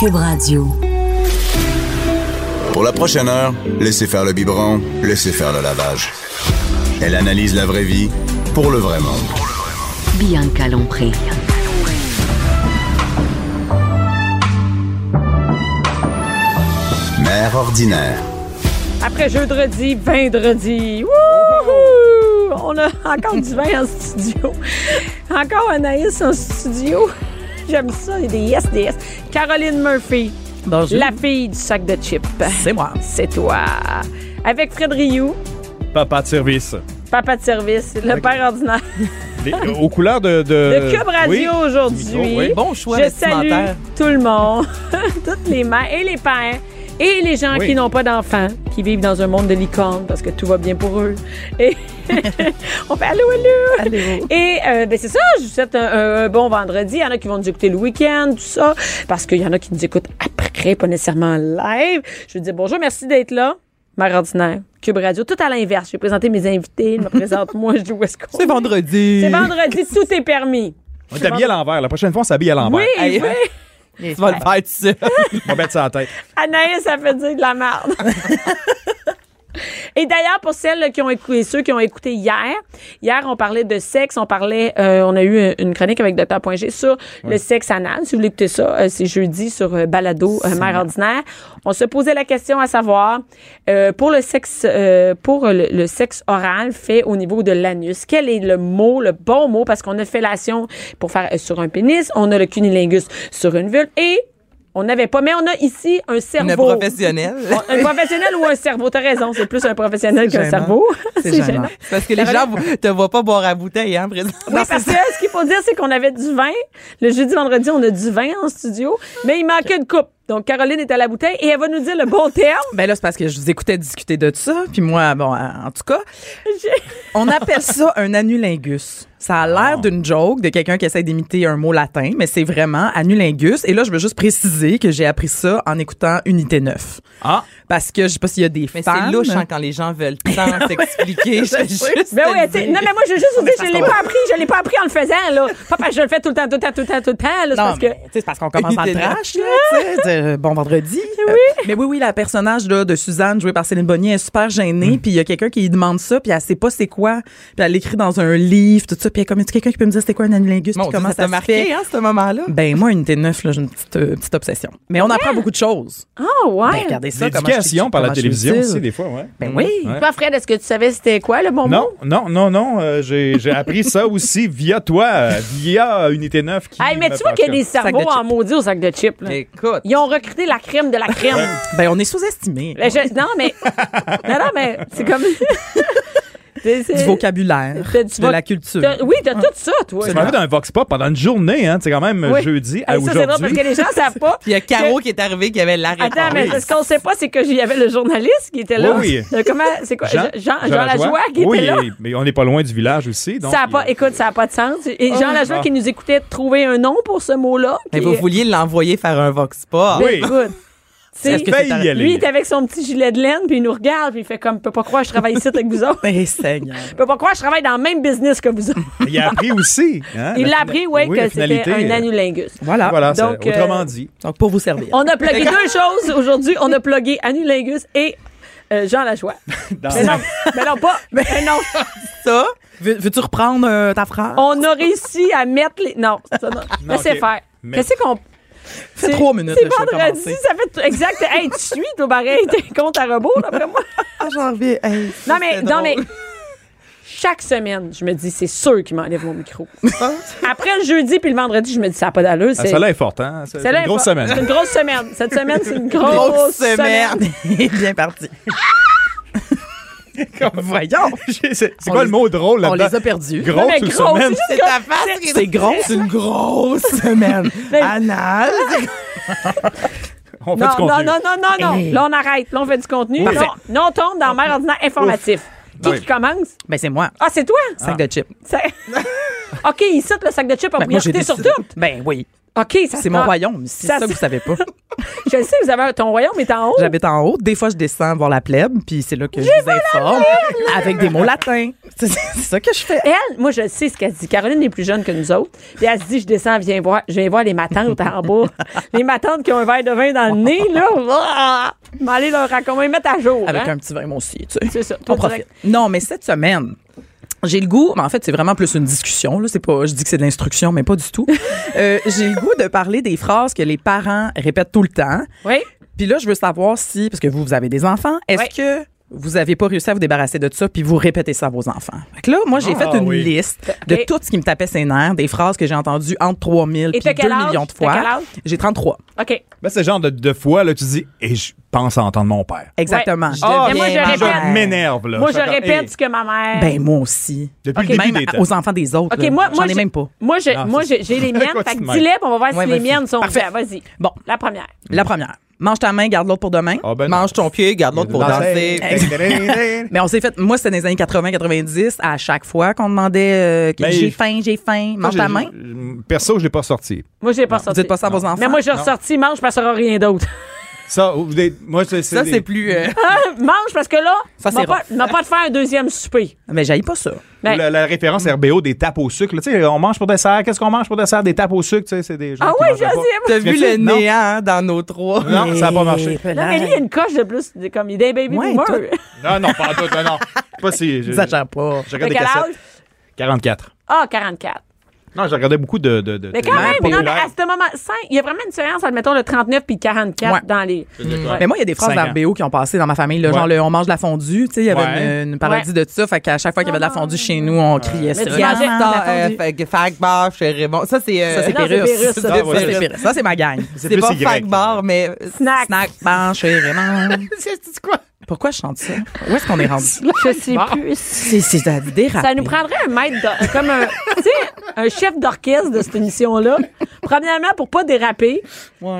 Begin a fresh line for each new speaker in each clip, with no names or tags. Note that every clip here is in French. Cube Radio.
Pour la prochaine heure, laissez faire le biberon, laissez faire le lavage. Elle analyse la vraie vie pour le vrai monde.
Bianca Lompré.
Mère ordinaire.
Après jeudi, vendredi. Wouhou! On a encore du vin en studio. Encore Anaïs en studio. J'aime ça, il y a des yes, des yes. Caroline Murphy,
Bonjour.
la fille du sac de chips.
C'est moi.
C'est toi. Avec Fred Rioux,
Papa de service.
papa de service, le père ordinaire.
Des- aux couleurs de.
Le
De
Cube Radio
Euh, Oui.
aujourd'hui.
Du micro, oui.
Bon choix
Je salue
vestimentaire.
tout le monde, toutes les mères et les pères. Et les gens
Oui.
qui n'ont pas d'enfants, qui vivent dans un monde de licorne parce que tout va bien pour eux. Et on fait allô, allô!
Allô.
Et euh, ben c'est ça, je vous souhaite un, un- un bon vendredi. Il y en a qui vont nous écouter le week-end, tout ça, parce qu'il y en a qui nous écoutent après, pas nécessairement en live. Je vous dis bonjour, merci d'être là. Mère ordinaire, Cube Radio, tout à l'inverse. Je vais présenter mes invités, ils me présentent moi, je dis où est-ce qu'on
C'est
est.
vendredi.
C'est vendredi, tout est permis.
On est habillé à l'envers. La prochaine fois, on s'habille à l'envers.
Oui,
Hey,
oui.
Tu vas le faire, tu sais.
On va mettre ça en tête.
Anaïs, ça fait dire de la merde. Et d'ailleurs, pour celles là, qui ont écouté, ceux qui ont écouté hier, hier, on parlait de sexe, on parlait, euh, on a eu une chronique avec Dr. G sur le sexe anal. Si vous voulez écouter ça, euh, c'est jeudi sur euh, Balado, euh, Mère ordinaire. On se posait la question à savoir, euh, pour le sexe, euh, pour le, le sexe oral fait au niveau de l'anus, quel est le mot, le bon mot, parce qu'on a fellation pour faire euh, sur un pénis, on a le cunilingus sur une vulve et on n'avait pas, mais on a ici un cerveau.
Une professionnelle.
Un professionnel ou un cerveau, t'as raison, c'est plus un professionnel
C'est
qu'un
gênant.
cerveau.
C'est gênant. C'est Parce que les gens vous- te voient pas boire à bouteille, hein, présent.
Ben Oui, parce que ce qu'il faut dire, c'est qu'on avait du vin. Le jeudi, vendredi, on a du vin en studio, mais il manquait une coupe. Donc, Caroline est à la bouteille et elle va nous dire le bon terme.
Ben là, c'est parce que je vous écoutais discuter de ça, puis moi, bon, euh, en tout cas, on appelle ça un annulingus. Ça a
Ah.
l'air d'une joke de quelqu'un qui essaie d'imiter un mot latin, mais c'est vraiment annulingus. Et là, je veux juste préciser que j'ai appris ça en écoutant Unité 9.
Ah.
Parce que je sais pas s'il y a des
Mais
fans.
c'est louche hein, quand les gens veulent tant t'expliquer. je juste
Ben
te
oui,
le
tu sais,
dire.
non, mais moi, je veux juste vous dire, je l'ai
qu'on-
pas appris, je l'ai pas appris en le faisant, là. Pas parce que je le fais tout le temps, tout le temps, tout le temps, tout le temps, là. c'est
Non,
parce que.
mais, tu sais, c'est parce qu'on commence en
Unité neuf.
trash, là, tu sais, de- bon vendredi. Euh, mais oui, oui, la personnage là, de Suzanne, jouée par Céline Bonnier, est super gênée, puis il y a quelqu'un qui lui demande ça, puis elle sait pas c'est quoi, puis elle l'écrit dans un livre, tout ça, puis elle est comme, Est-ce que quelqu'un qui peut me dire c'est quoi un annulingus,
Mon
puis
Dieu,
comment
ça
ça
t'a
se
marqué,
fait?
hein, ce moment-là?
Ben moi, unité 9, là, j'ai une petite, euh, petite obsession. Mais on apprend beaucoup de choses.
Ah, ouais.
Ben, regardez ça, comment je suis-
L'éducation par la
comment je suis
télévision
utile.
aussi, des fois, ouais.
Ben oui.
Ouais.
Toi, Fred, est-ce que tu savais c'était quoi le bon
Non,
mot?
non, non, non. euh, J'ai j'ai appris ça aussi via toi, euh, via Unité 9. Qui
Hey, mais
me
tu vois qu'il y a des
passionne.
cerveaux
Sac de
en maudit au sac de chips, là.
Écoute,
Ils ont recruté la crème de la crème.
Ben on est sous-estimé.
Mais je- non, mais. non, non, mais c'est comme. C'est- c'est-
Du vocabulaire,
T'as du
de
voc-
la culture.
t'as- Oui, t'as tout ça, toi.
Tu m'as fait d'un Vox Pop pendant une journée, hein. C'est quand même
Oui.
jeudi à
Hey, ça, c'est vrai parce
aujourd'hui. Ah
que les gens savent pas.
il y a Caro qui est arrivé qui avait la réponse.
Attends, mais ce qu'on sait pas, c'est que j'y avait le journaliste qui était là.
Oui,
Euh, Comment, c'est quoi? Jean, Jean, Jean
Lajoie?
Lajoie qui
oui,
était là.
et- mais on n'est pas loin du village aussi. Donc
ça a
il-
pas, écoute, ça n'a pas de sens. Et Jean Lajoie
Ah.
qui nous écoutait trouver un nom pour ce mot-là.
Ben,
Mais
qui-
vous vouliez l'envoyer faire un vox pop.
Ah Oui.
Écoute.
J'ai
tu sais,
failli y
Lui, il
aller.
est avec son petit gilet de laine, puis il nous regarde, puis il fait comme, peut pas croire que je travaille ici avec vous autres.
Ben, Seigneur.
Peut pas croire que je travaille dans le même business que vous autres.
Il a appris aussi. hein,
Il l'a
la fina-
appris, ouais,
oui,
que
la
c'était
finalité,
un
euh,
annulingus.
Voilà.
Voilà, c'est-
Donc, euh,
autrement dit.
Donc pour vous servir.
Oh.
On a plugué deux choses aujourd'hui. On a plugué annulingus et euh, Jean Lajoie.
Dans-
Mais non, mais non, pas. Mais non,
Ça, veux- veux-tu reprendre euh, ta phrase?
on a réussi à mettre les. Non, ça, non. laissez
ok.
faire.
Mais-
Qu'est-ce qu'on.
fait
C'est-
trois minutes,
C'est
là, je vais
vendredi,
commencer.
ça fait t- exact. Hey, tu suis, toi, pareil, t'es compte à rebours, d'après moi.
Ah, j'en reviens. Hey,
Non, mais,
c'est
non,
drôle.
mais. Chaque semaine, je me dis, c'est sûr qu'il m'enlève mon micro. Après le jeudi puis le vendredi, je me dis, ça n'a pas d'allure.
Ah,
C'est
Celle-là est forte, hein? C'est c'est
celle-là
une
est
grosse
pas- C'est
semaine.
une grosse semaine. Cette semaine, c'est une grosse,
Grosse
semaine.
semaine. Bien parti.
Voyons!
C'est c'est
On
quoi
les-
le mot drôle
On
là-dedans?
les a perdus.
Non, mais
Grosse ou
grosse,
semaine?
c'est
C'est
comme-
ta face,
c'est-
c'est gros, c'est une grosse semaine.
Ben- ah.
Anal.
On fait
Non,
du
non,
contenu.
non, non, non, non. Là, on arrête. Là, on fait du contenu. Non, non, on tombe dans Mère ordinaire informatif. Qui
Oui.
qui commence?
Ben, c'est moi.
Ah, c'est toi?
Sac de chips.
Ça- OK, il cite le sac de chips en
Ben, moi, j'ai
priorité sur
décidé-
tout.
Ben oui.
OK, ça
C'est
se
mon
prend-
royaume. C'est
Ça
ça,
se-
que vous savez pas.
Je le sais, vous avez ton royaume est en haut.
J'habite en haut. Des fois, je descends voir la plèbe, puis c'est là que je vous informe avec des mots latins. C'est c'est ça que je fais.
Elle, moi, je sais ce qu'elle dit. Caroline est plus jeune que nous autres. Puis elle se dit, je descends, viens voir, je viens voir les matantes en bas. les matantes qui ont un verre de vin dans le nez, là. Ah! Je vais aller leur raconter, mettre à jour.
Avec
hein.
un petit vin, moi aussi, tu sais.
C'est ça. Toi,
On profite.
direct.
Non, mais cette semaine, j'ai le goût, mais en fait, c'est vraiment plus une discussion. Là. C'est pas, je dis que c'est de l'instruction, mais pas du tout. Euh, j'ai le goût de parler des phrases que les parents répètent tout le temps.
Oui.
Puis là, je veux savoir si, parce que vous, vous avez des enfants, est-ce
Ouais.
que vous avez pas réussi à vous débarrasser de ça, puis vous répétez ça à vos enfants. Fait que là, moi, j'ai
Ah
fait une
oui.
liste de
Et-
tout ce qui me tapait ses nerfs, des phrases que j'ai entendues entre 3000
Et
et
t'as
2
quel âge?
millions de
T'as
fois.
quel âge?
J'ai 33.
OK.
Ben, c'est le genre de, de fois, là, tu dis, et je pense entendre mon père.
Exactement.
Ouais.
Je
Ah,
deviens
mais moi, je
ma
répète.
mère.
Je m'énerve, là.
moi, je
J'entends,
répète
hey,
ce que ma mère.
Ben, moi aussi.
Depuis le
Ok,
début
même
des temps.
aux enfants des autres.
OK,
là.
moi, moi.
J'en ai
j'ai-
même pas.
Moi, je-
Non,
moi,
c'est
j'ai j'ai les miennes.
Quoi
fait
tu
que
te
dis-les, puis on va voir si
Ouais,
les
vas-y.
miennes sont
Parfait.
vraies. Vas-y.
Bon,
La première.
la première. Mange ta main, garde l'autre pour demain.
Ah, ben non.
Mange ton pied, garde l'autre pour danser.
Mais on s'est fait, moi, c'était dans les années 80-90, à chaque fois qu'on demandait euh, que
Ben,
j'ai
je-
faim, j'ai faim, mange
J'ai-
ta main.
Perso, je l'ai pas sorti.
Moi, je l'ai pas sorti.
dites Ah, pas ça à vos enfants.
Mais moi, j'ai ressorti, mange parce qu'il n'y aura rien d'autre.
Ça, ou des- moi, c'est.
Ça,
des-
c'est plus. euh,
mange parce que là,
Ça,
m'a
c'est
pas, m'a pas de faire un deuxième souper.
Ah, Mais j'aille pas ça.
Ben,
La, la référence RBO des tapes au sucre. là. Tu sais, on mange pour dessert. Qu'est-ce qu'on mange pour dessert? Des tapes au sucre. tu sais, C'est des gens
Ah
qui
oui,
mangeraient
Josiane.
pas.
T'as vu le
Viens-tu? Non.
néant hein, dans nos trois?
Non, ça n'a pas marché.
Non, mais lui, il y a une coche de plus, de- comme il est baby
Ouais,
boomer.
toi-
Non, non, pas en tout. Non, non. Pas si. je-
Ça gère pas.
Euh, je
T'as
regardais
quel
des
âge?
cassettes. 44.
Ah, 44.
Non, je regardais beaucoup de. de, de
Mais quand
de-
même, non, mais
populaires.
à ce moment, cinq, il y a vraiment une différence entre, mettons, le 39 puis le 44
Ouais.
dans les. Ouais.
Mais moi, il y a des phrases
Cinq ans.
d'RBO qui ont passé dans ma famille, là,
Ouais.
genre le on mange de la fondue, tu sais, il y avait
Ouais.
une, une parodie de ça, fait qu'à chaque fois qu'il y avait de la fondue chez nous, on criait ça.
tu
Maman,
mangeais-
la
Attends, euh,
fondue.
fait que Fag Bar chez Raymond. Ça, c'est. euh,
Ça, c'est
Non, c'est
Pérus.
Pérus, ça.
Ça,
Ah, ouais.
c'est Pérus. Ça, c'est ma gang.
c'est
plus
pas
Y.
Fag Bar, mais.
Snack.
Snack, mange chez Raymond.
C'est quoi?
Pourquoi je chante ça? Où est-ce qu'on est rendu?
Je sais plus.
C'est, c'est à déraper.
Ça nous prendrait un maître, d'or- comme un, tu sais, un chef d'orchestre de cette émission-là. Premièrement, pour pas déraper.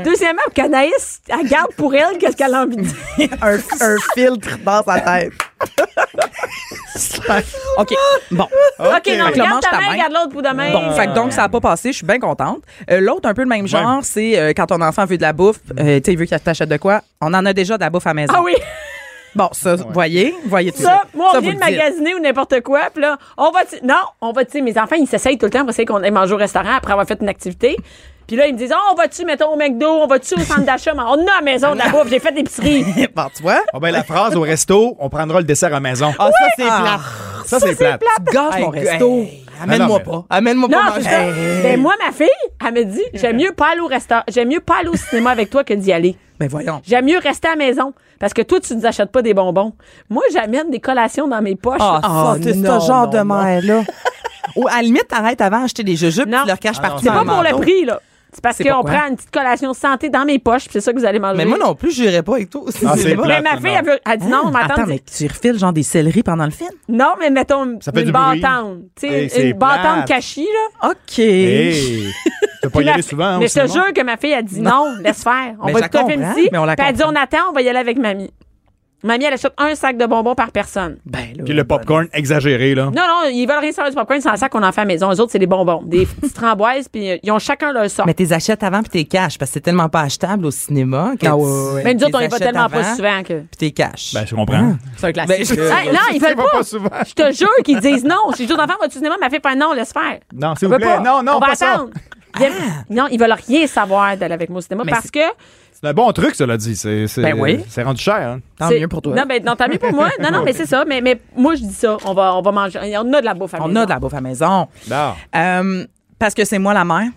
Deuxièmement, pour qu'Anaïs, elle garde pour elle qu'est-ce qu'elle a envie de dire.
un, un filtre dans sa tête. OK. Bon.
OK, non,
Fait que là,
regarde
mange
ta
ta
main,
main.
regarde l'autre pour demain.
Bon, fait que donc, ça n'a pas passé. Je suis bien contente. Euh, L'autre, un peu le même genre, c'est euh, quand ton enfant veut de la bouffe, euh, tu sais, il veut qu'il t'achète de quoi. On en a déjà de la bouffe à la maison.
Ah oui,
Bon, ça, voyez, voyez tout
ça,
ça.
moi, on
Ça,
vient
vous
de
le dites.
magasiner ou n'importe quoi, puis là, on va, tu- non, on va, tu sais, mes enfants, ils s'essayent tout le temps pour essayer qu'on aille manger au restaurant après avoir fait une activité. Puis là, ils me disent, oh, on va-tu, mettons, au McDo, on va-tu au centre d'achat, Mais on a à la maison de la bouffe, j'ai fait l'épicerie.
Bon, tu vois?
Ah ben, la phrase au resto, on prendra le dessert à maison.
Ah, ça, c'est plat.
ça, c'est plate.
Gâche mon resto. Eh,
Amène-moi
Non,
pas. Amène-moi
Non,
pas
c'est
manger.
ça. Ben, moi, ma fille, elle me dit, j'aime mieux pas aller au restaurant, j'aime mieux pas aller au cinéma avec toi que d'y aller.
Ben voyons.
J'aime mieux rester à la maison parce que toi, tu ne nous achètes pas des bonbons. Moi, j'amène des collations dans mes poches.
Ah,
c'est
non,
ce genre
non,
de
non.
mère-là. Ou à la limite, t'arrêtes avant d'acheter des jujubes,
Ah, Non.
tu leur
Ah
caches partout
C'est
dans
pas pour le
manteau.
prix, là. C'est parce
C'est
qu'on
pourquoi?
prend une petite collation santé dans mes poches, puis c'est ça que vous allez manger.
hein? Mais moi non plus, j'irais pas avec toi.
Ah,
C'est
c'est
pas-
plat.
Mais ma fille, elle, veut, elle dit non, mais attends,
Hein? Attends, mais tu refiles genre des céleris pendant le film?
non, mais mettons
Ça fait
une
du bruit.
bâtonne. Tu
Hey,
sais,
c'est
une bâtonne
plate.
cachée, là.
OK.
Hey, tu pas
Puis
y
la-
aller souvent. hein,
mais
au
je te
cinéma?
jure que ma fille, elle dit non, laisse faire. On
Mais
va
je
écouter un
la
film
comprends,
ici.
mais on la
Puis elle dit on
comprend.
attend, on va y aller avec mamie. Mamie, elle achète un sac de bonbons par personne.
Ben, là,
Puis le popcorn exagéré, là.
Non, non, ils veulent rien savoir du popcorn, c'est un sac qu'on en fait à la maison. Eux autres, c'est des bonbons, des petites framboises, puis euh, ils ont chacun leur sort.
Mais t'es achètes avant puis t'es caches parce que c'est tellement pas achetable au cinéma. que
Ah,
tu-
ouais, ouais.
Mais nous autres, on y
t'es
va
achètes
tellement
avant,
pas souvent que.
Puis t'es caches.
Ben, je comprends.
C'est un classique.
Ben, je-
Hey, non, ils veulent
Tu vas
pas.
pas souvent.
Je te jure qu'ils disent non. J'ai toujours d'enfants, vas-tu au cinéma? Ma fille fait non, laisse faire.
Non, s'il
On
vous
veut
plaît.
pas.
Non, non,
on va
pas ça.
attendre. Ils aiment- Non, ils veulent rien savoir d'aller avec moi au cinéma parce que.
C'est un bon truc, cela dit. C'est, c'est,
Ben oui.
C'est rendu cher. hein.
Tant
c'est-
mieux pour toi.
Non, mais non, tant mieux pour moi. Non, non, mais c'est ça. Mais, mais moi, je dis ça. On va, on va manger. On a de la bouffe à
On
maison.
a de la bouffe à la maison.
Non.
Euh, parce que c'est moi la mère.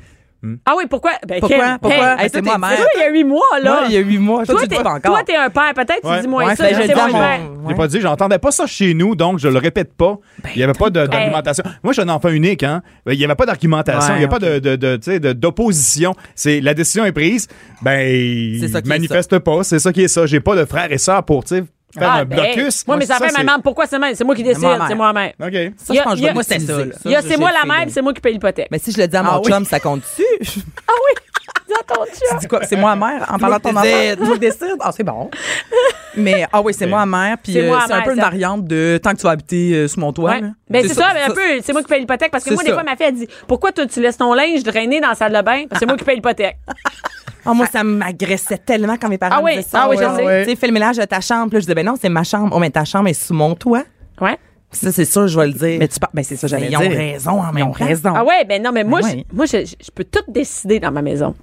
Ah oui, pourquoi? Ben,
Pourquoi?
Ken,
Pourquoi?
Ken,
Hey, c'est
toi,
moi,
t'es-
mère.
toi, il y a huit mois, là.
Moi, il y a huit mois.
Toi,
Toi,
tu le
t'es-
vois pas encore.
toi, t'es un père. Peut-être
Ouais.
tu dis moins
Ouais,
ça.
ben, je
C'est
le dis
mon
à
père.
mon-
J'ai pas dit, j'entendais pas ça chez nous, donc je le répète pas.
Ben,
il y avait pas de- d'argumentation. Moi, je suis un enfant unique, hein. Il y avait pas d'argumentation.
Ouais,
il y a pas de, de, de, tu sais, de- d'opposition. C'est, la décision est prise. Ben,
C'est ça qui est
manifeste pas. C'est ça qui est ça. J'ai pas de frères et sœurs pour, tu sais, faire
Ah,
un
ben,
blocus.
Moi, mais ça
c'est-
fait ma mère. Pourquoi c'est ma mère? C'est moi qui décide,
ma mère.
c'est moi-mère.
OK. Ouais,
Ça, je
Y a-
pense que je
y a-
vais l'utiliser,
c'est
là.
ça.
Il y a
j'ai-
c'est moi
j'ai
la
le
mère,
feeling.
puis c'est moi qui paye l'hypothèque.
Mais si je le dis à mon
Ah oui.
chum, ça compte-tu?
Ah oui! Dis à ton chum.
Tu dis quoi? C'est moi, mère, en parlant de ton enfant.
décides.
Tu décides. Ah, c'est bon. Mais, ah oui, c'est
Ben,
moi, mère. Puis
C'est
euh,
moi,
c'est un
mère,
peu une
ça.
variante de tant que tu vas habiter euh, sous mon toit.
Ouais.
là.
Ben, c'est ça, mais un
ça-
peu, c'est moi qui paye l'hypothèque parce que
C'est
moi, des
ça.
fois, ma fille, elle dit Pourquoi toi, tu laisses ton linge drainer dans la salle de bain? Parce que c'est moi qui paye l'hypothèque.
Ah, moi, ça m'agressait tellement quand mes parents
Ah oui,
me disaient ça.
ah oui, je sais.
Tu sais, fais le ménage de ta chambre. Puis là, je disais, ben non, c'est ma chambre. Oh, mais ta chambre est sous mon toit.
Ouais.
Ça, c'est sûr, je vais le dire.
Mais tu parles. Ben, c'est ça, j'allais
Mais ils
dire.
ont raison en
Ils
même
ont
temps.
raison.
Ah ouais, ben non, mais moi,
Ah ouais.
je- moi je, je peux tout décider dans ma maison.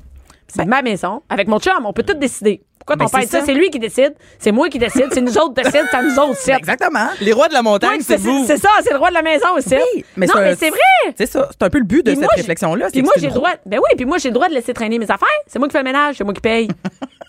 C'est ma maison. Avec mon chum, on peut tout décider. Pourquoi
Ben,
ton père
c'est
dit ça?
ça.
C'est lui qui décide, c'est moi qui décide, c'est nous autres qui décident, c'est à nous autres, c'est.
Exactement.
Les rois de la
Ouais,
montagne, Ben,
c'est
c'est vous.
c'est ça, c'est le droit de la maison aussi.
Oui, mais
non,
c'est un-
mais c'est vrai.
C'est ça. C'est un peu le but de
Puis
cette
moi, j'ai-
réflexion-là. c'est
Puis
que
moi,
c'est
j'ai
une-
le droit. Ben oui, puis moi, j'ai le droit de laisser traîner mes affaires. C'est moi qui fais le ménage, c'est moi qui paye.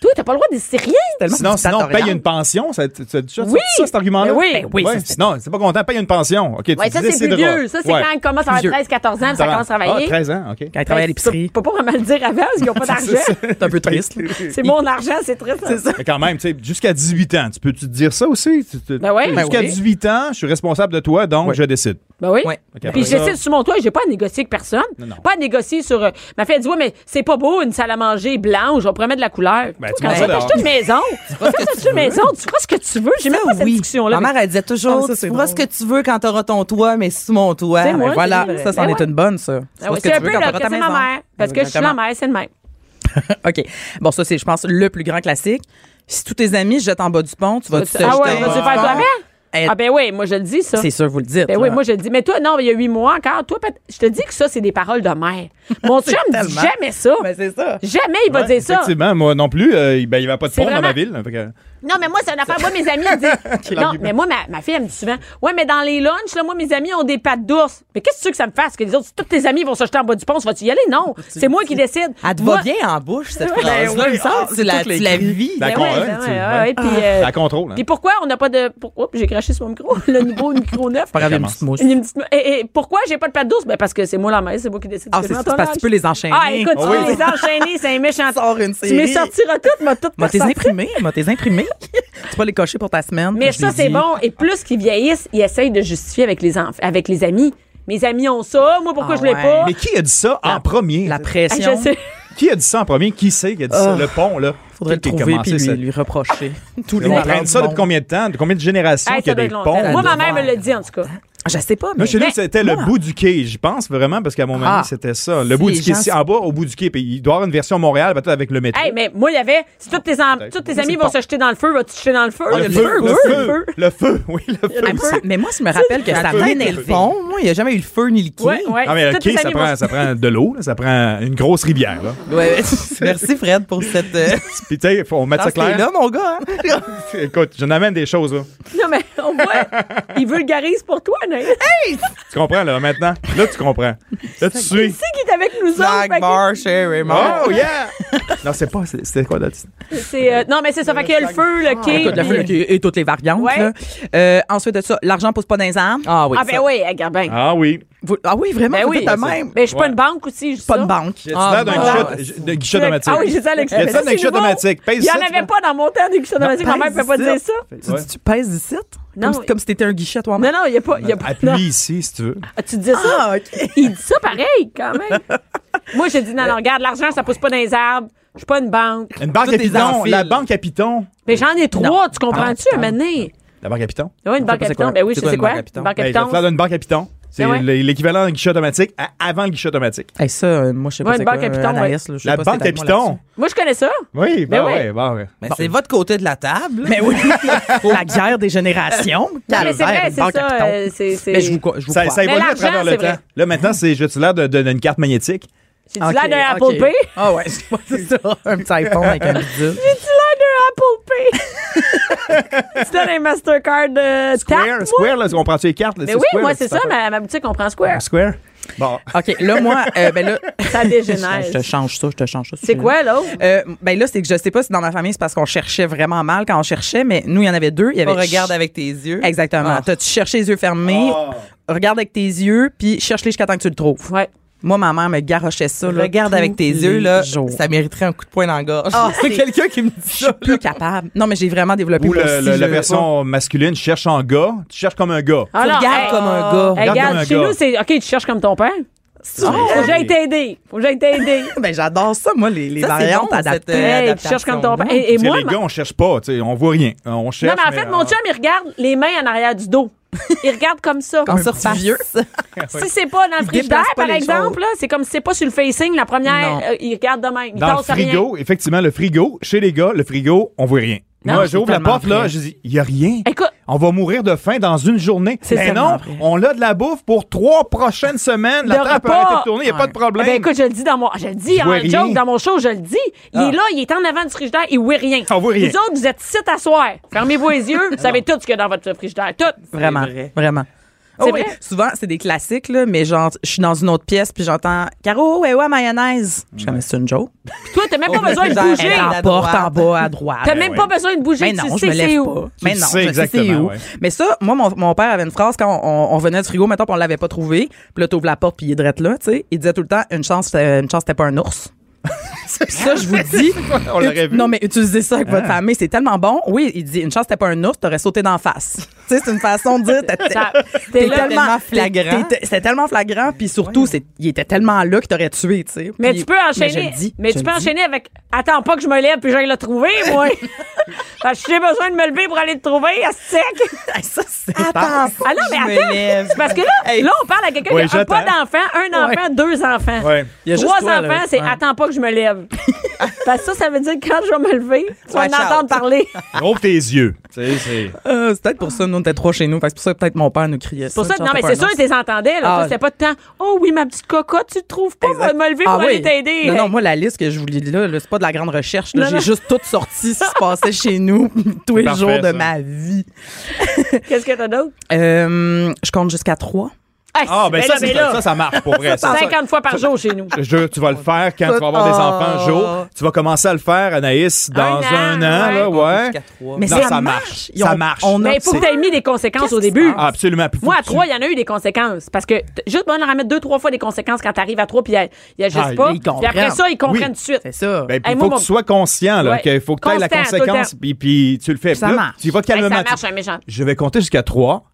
Toi, t'as pas le droit de décider rien.
tellement
Sinon, sinon on
dictatorial.
paye une pension. Ça, tu, tu as déjà
Oui.
ça, cet argument-là?
Ben oui. Ben oui,
Ouais,
ça, c'est-
sinon, c'est pas content, paye une pension. OK, tu
Ouais, ça, c'est plus
décideras.
vieux. Ça, c'est
Ouais.
quand elle commence à
Plus vieux.
avoir 13, 14 ans, puis ça
va.
commence à travailler.
Ah, 13 ans, OK.
Quand elle travaille à l'épicerie.
Tu peux pas vraiment le dire avant, parce qu'ils ont pas d'argent.
C'est un peu triste. là.
C'est mon argent, c'est triste. C'est ça.
Mais quand même, tu sais, jusqu'à 18 ans, tu peux-tu te dire ça aussi? Tu- tu-
Ben ouais.
Jusqu'à
Ben oui.
18 ans, je suis responsable de toi, donc je décide.
Ben oui.
Ouais.
Ok, après
Puis
ça-
je décide sur mon toit, j'ai pas à négocier avec personne.
non.
Pas à négocier sur. euh, ma fille elle dit Ouais, mais c'est pas beau, une salle à manger blanche, on pourrait mettre de la couleur.
Ben,
Toi,
tu
quand
manges
tu
ça
vas t'acheter
dehors.
une maison, quand tu vas t'acheter une maison, tu feras ce que tu veux. J'ai même pas cette discussion-là. Ben
Ma mère, elle disait toujours,
Ah, ça, c'est
tu feras ce
drôle.
que tu veux quand t'auras ton toit, mais sous mon toit.
C'est moi.
Ben,
Voilà,
c'est-
ça, c'en
ben
est
ouais.
une bonne,
Ah
ça. Tu vois
ouais,
ce
c'est
tu
un
veux
peu
quand
là
t'auras
que
ta
c'est ma
maison.
mère. Parce que je suis la
Exactement.
mère, c'est le même.
OK. Bon, ça, c'est, je pense, le plus grand classique. Si tous tes amis se jettent en bas du pont, tu vas te
Ah ouais,
jeter en
vas-tu
bas
faire
du
toi
pont?
avant?
Eh,
Ah ben oui, moi je le dis ça.
C'est sûr, vous le dites.
Ben oui,
là.
moi je le dis. Mais toi, non, il y a huit mois encore. Toi, peut- je te dis que ça, c'est des paroles de mère. Mon chum dit
tellement-
jamais ça.
Ben, c'est ça.
Jamais il va
Ouais,
dire ça.
Effectivement, moi non plus, euh, ben, il n'y avait pas de
C'est
pont dans ma
vraiment- Ben
ville. Fait que-
Non, mais moi, c'est une affaire. Moi, mes amis, elles disent. non, mais moi, ma, ma fille, elle me dit souvent Ouais, mais dans les lunchs, là, moi, mes amis ont des pattes d'ours. Mais qu'est-ce que tu veux que ça me fasse? Que les autres, tous tes amis vont se jeter en bas du pont, vas-tu y aller? Non. C'est moi qui décide.
Elle te
Moi-
va bien en bouche,
Ben
cette phrase-là.
oui,
il me semble.
ah,
tu, la,
toutes les
tu la
cris.
vis.
La
Ben
con-
ouais,
hein,
ben
tu-
ouais,
ouais.
ouais, puis, euh,
La contrôle. hein.
puis pourquoi on n'a pas de. pour- Oups, j'ai craché sur mon micro, le nouveau micro neuf.
Pas grave, il y a une
Commence.
petite mousse.
Une- une petite- et, et pourquoi j'ai pas de pattes d'ours? Ben parce que c'est moi la mère, c'est moi qui décide.
Ah,
C'est
c'est
moi,
c'est
ton
parce que
âge.
tu peux les enchaîner.
Ah, écoute, tu
oui.
peux les enchaîner, c'est un méchant.
Sors une
Tu me
série.
sortiras toutes, m'a toutes
M'a tes
ressorti.
imprimés, m'a tes imprimés. tu vas les cocher pour ta semaine.
Mais
je l'ai
ça, c'est
dit.
bon. Et plus qu'ils vieillissent, ils essayent de justifier avec les, enf- avec les amis. Mes amis ont ça. Moi, pourquoi
Ah
je l'ai
ouais.
pas?
Mais qui a dit ça en premier?
La
Hey,
pression,
je sais.
Qui a dit ça en premier? Qui c'est qui a dit ça?
Ah.
Le pont, là.
faudrait le
Qui a
trouver
commencé
puis lui,
ça?
lui reprocher. Tous
On
malades
traîne ça depuis
du monde.
combien de temps? De combien de générations
Hey, ça
qu'il y a
doit
des
être longtemps.
ponts?
Moi, ma
doit
mère me
faire.
l'a dit, en tout cas.
Je sais pas, mais...
Moi, chez nous,
Mais-
c'était le bout du quai, je pense vraiment, parce qu'à mon
Ah.
ami, c'était ça. Le
Si,
bout du
les
quai,
gens
c'est
sont-
en bas, au bout du quai. Puis il doit y avoir une version Montréal, peut-être avec le métro.
Hey, mais moi, il y avait. Si toutes tes, am-
Peut-être.
toutes tes
Moi,
amis
c'est
vont
pas-
se jeter dans le feu, vas-tu te jeter dans le feu?
Ah, le feu, le feu, oui, le feu.
Ah, mais ça- Mais moi, je me rappelle que ça
Ça mène
m'aide.
le fond. Moi, il n'y a jamais eu le feu ni le quai.
Ouais, ouais.
Ah, mais le
Toutes tes
quai, ça
amies vont-
prend, ça prend de l'eau, là, ça prend une grosse rivière. Là.
Ouais. Merci, Fred, pour cette... Euh,
Puis, tu sais, faut- on met ça clair.
là, mon gars. hein.
Écoute, j'en amène des choses, là.
Non, mais on voit. il vulgarise pour toi, Naïs.
Tu comprends, là, maintenant? Là, tu comprends. Là, tu suis.
C'est qui est avec nous autres. fait
Black
que-
bar, Sherry, Mar.
Oh, yeah! non, c'est pas, c'est- c'était quoi, là?
c'est, euh, non, mais c'est ça. Fait qu'il y a le feu, le quai.
Écoute, le
puis-
feu, le- et toutes les variantes.
Ouais.
là. Euh, ensuite de ça, l'argent pousse pas dans les arbres.
Ah oui,
Ah, ben
ça.
oui, regarde bien.
Ah oui.
Vous- Ah oui, vraiment,
Ben
vous
oui.
êtes de même.
Ben, je suis pas
Ouais.
une banque aussi. je dis
Pas
ça. ben
de banque.
J'ai
Ah,
ça d'un
bon.
guichet- j- de guichet automatique.
Ah oui, j'ai ça à
Il y a ça dans
C'est
les guichets
nouveau.
automatiques. Pèse
Il y
ça,
en
tu
avait
peux-
pas dans mon temps des guichets automatiques. Ma
pas
mère ne peut pas
ici.
dire ça.
Tu,
Ouais.
tu pèses ici?
Non.
Comme, si- comme si t'étais un guichet toi-même.
Non, non, il n'y a pas. il Y a pas non.
Appuie ici, si tu veux.
Ah, tu dis ça?
Ah, OK.
Il dit ça pareil, quand même. Moi, j'ai dit, non, non, regarde, l'argent, ça pousse pas dans les arbres. Je suis pas une banque.
Une banque
Tout est
à
en
Python.
fil.
La banque à Python.
Mais j'en ai trois, tu comprends-tu, à
banque.
maintenant? Oui,
La banque à Python?
une banque
pas c'est
capitale.
quoi.
Ben oui, je
C'est quoi
sais
une
quoi.
banque à piton?
Une banque
Ben, je vais te
capitale.
faire d'une banque à Python. C'est
Ah ouais.
l- l'équivalent d'un guichet automatique à- avant le guichet automatique.
Hey, ça, euh, moi, je sais pas.
Ouais,
c'est
une banque
quoi,
à Python,
euh,
ouais.
Anaïs, là, je sais
La
pas si
banque à
t'es avec moi là-dessus.
Python.
Moi, je connais ça.
Oui, ben,
Ben ouais.
ouais, ben ouais.
Mais
Bon.
c'est votre côté de la table.
Mais oui, la guerre des générations.
Non, mais c'est
Calvaire,
vrai,
une
c'est
banque à
ça.
Python.
euh, c'est- c'est-
Mais je
J'ai
vous, co- je vous
Ça,
crois.
ça évolue
Mais
à travers
l'argent,
le
c'est vrai.
temps. Là, maintenant, c'est j'ai-tu l'air de- de- d'une carte magnétique?
du l'air d'un
Ok,
Apple
ok.
Pay.
Ah ouais, c'est pas- c'est ça. Un petit iPhone avec un bidule.
J'ai du l'air d'un Apple Pay. Tu donnes un Mastercard euh, tap, moi?
Square, Square, là, on prend-tu les cartes? là,
Mais
c'est
Ben oui,
Square,
moi,
là,
c'est
cette
ça.
affaire?
Ma Ah, ma boutique, on prend Square.
Square? Bon.
OK, là, moi, euh, ben là.
Ça dégénère.
Je te change ça, je te change ça.
C'est quoi, l'autre?
Euh, ben là, c'est que je sais pas si dans ma famille, c'est parce qu'on cherchait vraiment mal quand on cherchait, mais nous, il y en avait deux. Il y avait
On regarde avec tes yeux.
Exactement.
Ah.
Ah.
Ah.
T'as- Tu cherches les yeux fermés, regarde avec tes yeux, puis cherche-les jusqu'à temps que tu le trouves.
Ouais.
Moi, ma mère me garochait ça. là,
Regarde
tous
avec tes
les
yeux, là,
jours.
ça mériterait un coup de poing dans la gorge.
Ah, c'est-
quelqu'un qui me dit
Je suis
ça.
plus capable. Non, mais j'ai vraiment développé
Ou
moi
le-
aussi,
le-
je-
la version masculine, tu cherches en gars, tu cherches comme un gars.
Ah,
Tu regardes
hey,
comme un gars.
hey,
Regarde
regarde,
comme un
chez
gars.
nous, c'est OK, tu cherches comme ton père. Oh,
Ah,
Faut que
oui.
j'aille t'aider. Faut que j'aille t'aider.
Ben, j'adore ça, moi, les, les
Ça, c'est
variantes
bon, cette,
adaptées.
euh,
Hey, tu
adaptation.
cherches comme ton père.
Non,
Et, et
Tu sais,
moi,
les
ma-
gars, on cherche pas, tu sais, on voit rien. On
non,
cherche.
mais en fait, mon chum, il regarde les mains en arrière du dos. Il regarde comme ça.
Quand
un
ça
petit
repasse.
vieux.
Si c'est pas dans le
Il
frigidaire,
déplace
par
pas les
exemple, là, c'est comme si c'est pas sur le facing, la première,
Non.
euh, il regarde de même. Il
Dans le
pense à rien.
frigo, effectivement, le frigo, chez les gars, le frigo, on voit rien.
Non,
Moi,
c'est
j'ouvre la
tellement
porte, là,
vrai.
je dis, il n'y a rien.
Écoute,
On va mourir de faim dans une journée.
C'est
Mais
tellement
non,
vrai.
on a de la bouffe pour trois prochaines semaines. La
De
trappe
repas.
a arrêté de tourner, il n'y a pas de
eh
problème.
ben, écoute, je le dis dans mon, je le dis
Je
en
vois rien.
joke, dans mon show, je le dis. Il
Ah.
est là, il est en avant du frigidaire, il voit rien.
On voit Ah, rien.
Vous autres, vous êtes ici à soir. Fermez-vous les yeux, vous savez tout ce qu'il y a dans votre frigidaire. Tout.
Vraiment,
vrai.
vraiment.
C'est
Oh oui,
vrai?
Souvent, c'est des classiques, là, mais genre, je suis dans une autre pièce, puis j'entends Caro, ouais, ouais, mayonnaise. Je suis comme, c'est une joke.
Toi, t'as même
Au
pas besoin de
frigidaire,
bouger.
elle
En
à
porte,
droite.
en bas, à droite.
T'as même pas besoin de bouger.
Ah, ben Mais
tu
non, je
sais
me
c'est
lève
où.
pas. Mais
le
non,
Ben sais
je sais c'est
exactement,
où.
ouais.
Mais ça, moi, mon, mon père avait une phrase quand on, on venait du frigo, mettons, puis on l'avait pas trouvé. Puis là, t'ouvres la porte, puis il est drette là, tu sais. Il disait tout le temps, une chance, euh, une chance, c'était pas un ours. Puis ça, je vous dis.
on l'aurait
Ut-
vu. Ah.
Non, mais utilisez ça avec votre famille, c'est tellement bon. Oui, il dit une chance, t'es pas un ours, t'aurais sauté d'en face. tu sais, c'est une façon de dire. t'as- t'es-
Ça-
T'es
là-
tellement
tellement flagrant.
t'es- t'es- C'était tellement flagrant, puis surtout, c'est- il était tellement là qu'il t'aurait tué, tu sais.
Mais
Puis-
tu peux enchaîner.
Mais, je le dis,
mais tu
je le
peux
dis.
enchaîner avec Attends pas que je me lève puis j'aille le trouver, moi. Parce que j'ai besoin de me lever pour aller le trouver à sec.
Hey, ça, c'est
Attends,
Ah non, mais
je me
attends.
lève.
C'est parce que là,
Hey.
là, on parle à quelqu'un
Ouais,
qui a un pas
j'attends.
d'enfant, un enfant, deux enfants.
Ouais.
Il y a juste
Trois
toi, là.
enfants, c'est
Ouais.
Attends pas que je me lève. Parce que ça, ça veut dire que quand je vais me lever, tu vas
Watch
en entendre
out.
parler.
Ouvre tes yeux. Tu sais, c'est-
Euh, c'est peut-être pour ça, nous, on était trois chez nous. Fait que C'est pour ça que peut-être mon père nous criait.
Pour ça,
Une
non,
chance,
mais
t'as
c'est
pas un
sûr, tu
os.
les entendais. Là,
Ah.
C'était pas de temps. Oh oui, ma petite cocotte, tu te trouves pas, va me lever pour
Ah
aller
oui.
t'aider.
Non, non, moi, la liste que je vous lis là, là, c'est pas de la grande recherche. là.
Non, non.
J'ai juste tout sorti ce qui se passait chez nous tous les
parfait,
jours de
ça.
ma vie.
Qu'est-ce que t'as d'autre?
Euh, je compte jusqu'à trois.
Ah, ben,
ben
ça,
là,
c'est-
ben là.
ça, ça marche pour vrai. ça.
50 fois par jour chez nous.
Je te jure, tu vas le faire quand tu vas avoir des enfants un jour. Tu vas commencer à le faire, Anaïs, dans
Un
un,
an,
an, là, ouais.
Jusqu'à trois.
Mais
Non, ça marche.
Ils ont-
Ça marche.
On a,
Mais il faut que tu aies mis des conséquences au début.
Ah, absolument. Puis faut
Moi, à
que tu-
trois, il y en a eu des conséquences. Parce que t- juste bon, leur en mettre deux, trois fois des conséquences quand t'arrives à trois, puis il y a juste
Ah,
pas.
ils
Puis après
comprennent.
ça, ils comprennent
Oui.
tout de suite.
C'est ça.
Ben, puis
Hey,
il
moi,
faut que
mon-
tu sois conscient, là,
Ouais.
qu'il faut que tu aies la
Constant, tout le
conséquence,
temps.
puis, puis tu le fais.
Ça
Puis là,
marche.
Tu y vas
Hey,
calmement.
ça
Tu-
marche, un méchant.
Je vais compter jusqu'à 3.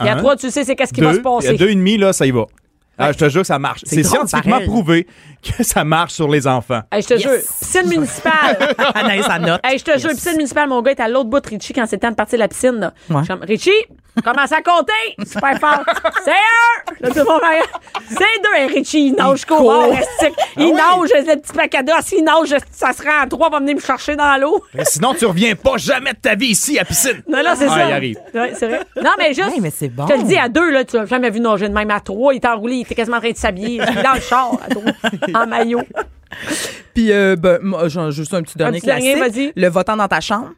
Puis à trois, tu sais, c'est qu'est-ce qui va se passer.
Hein? deux et demi, là, ça y va. Ah, je te jure que ça marche.
C'est
C'est
drôle,
scientifiquement
pareil.
prouvé que ça marche sur les enfants.
Hey, je te jure, piscine municipale.
Anaïs, ça note.
Hey, je te jure, piscine municipale, mon gars est à l'autre bout de Richie quand c'est le temps de partir de la piscine. Là.
Ouais.
Je suis comme, Richie, commence à compter. Super fort. C'est un. Là, tout le monde regarde. C'est deux. Hey, Richie, il nage qu'au bord. restique.
Ah
Il nage, le petit paquet d'os. Il nage, ça se rend à trois, va venir me chercher dans l'eau.
Mais sinon, tu reviens pas jamais de ta vie ici à piscine.
Non, non, c'est
Ah,
ça.
il arrive.
Ouais, c'est vrai. Non, mais juste.
Hey, mais c'est bon.
Je te le dis, à deux, là, tu l'as jamais vu nager de même. À trois, il est enroulé, il était quasiment en train de s'habiller. Il est dans le char, à trois, en maillot.
Puis, euh, ben, moi, j'en- juste un petit dernier
petit dernier,
classique.
vas-y.
Le votant dans ta chambre.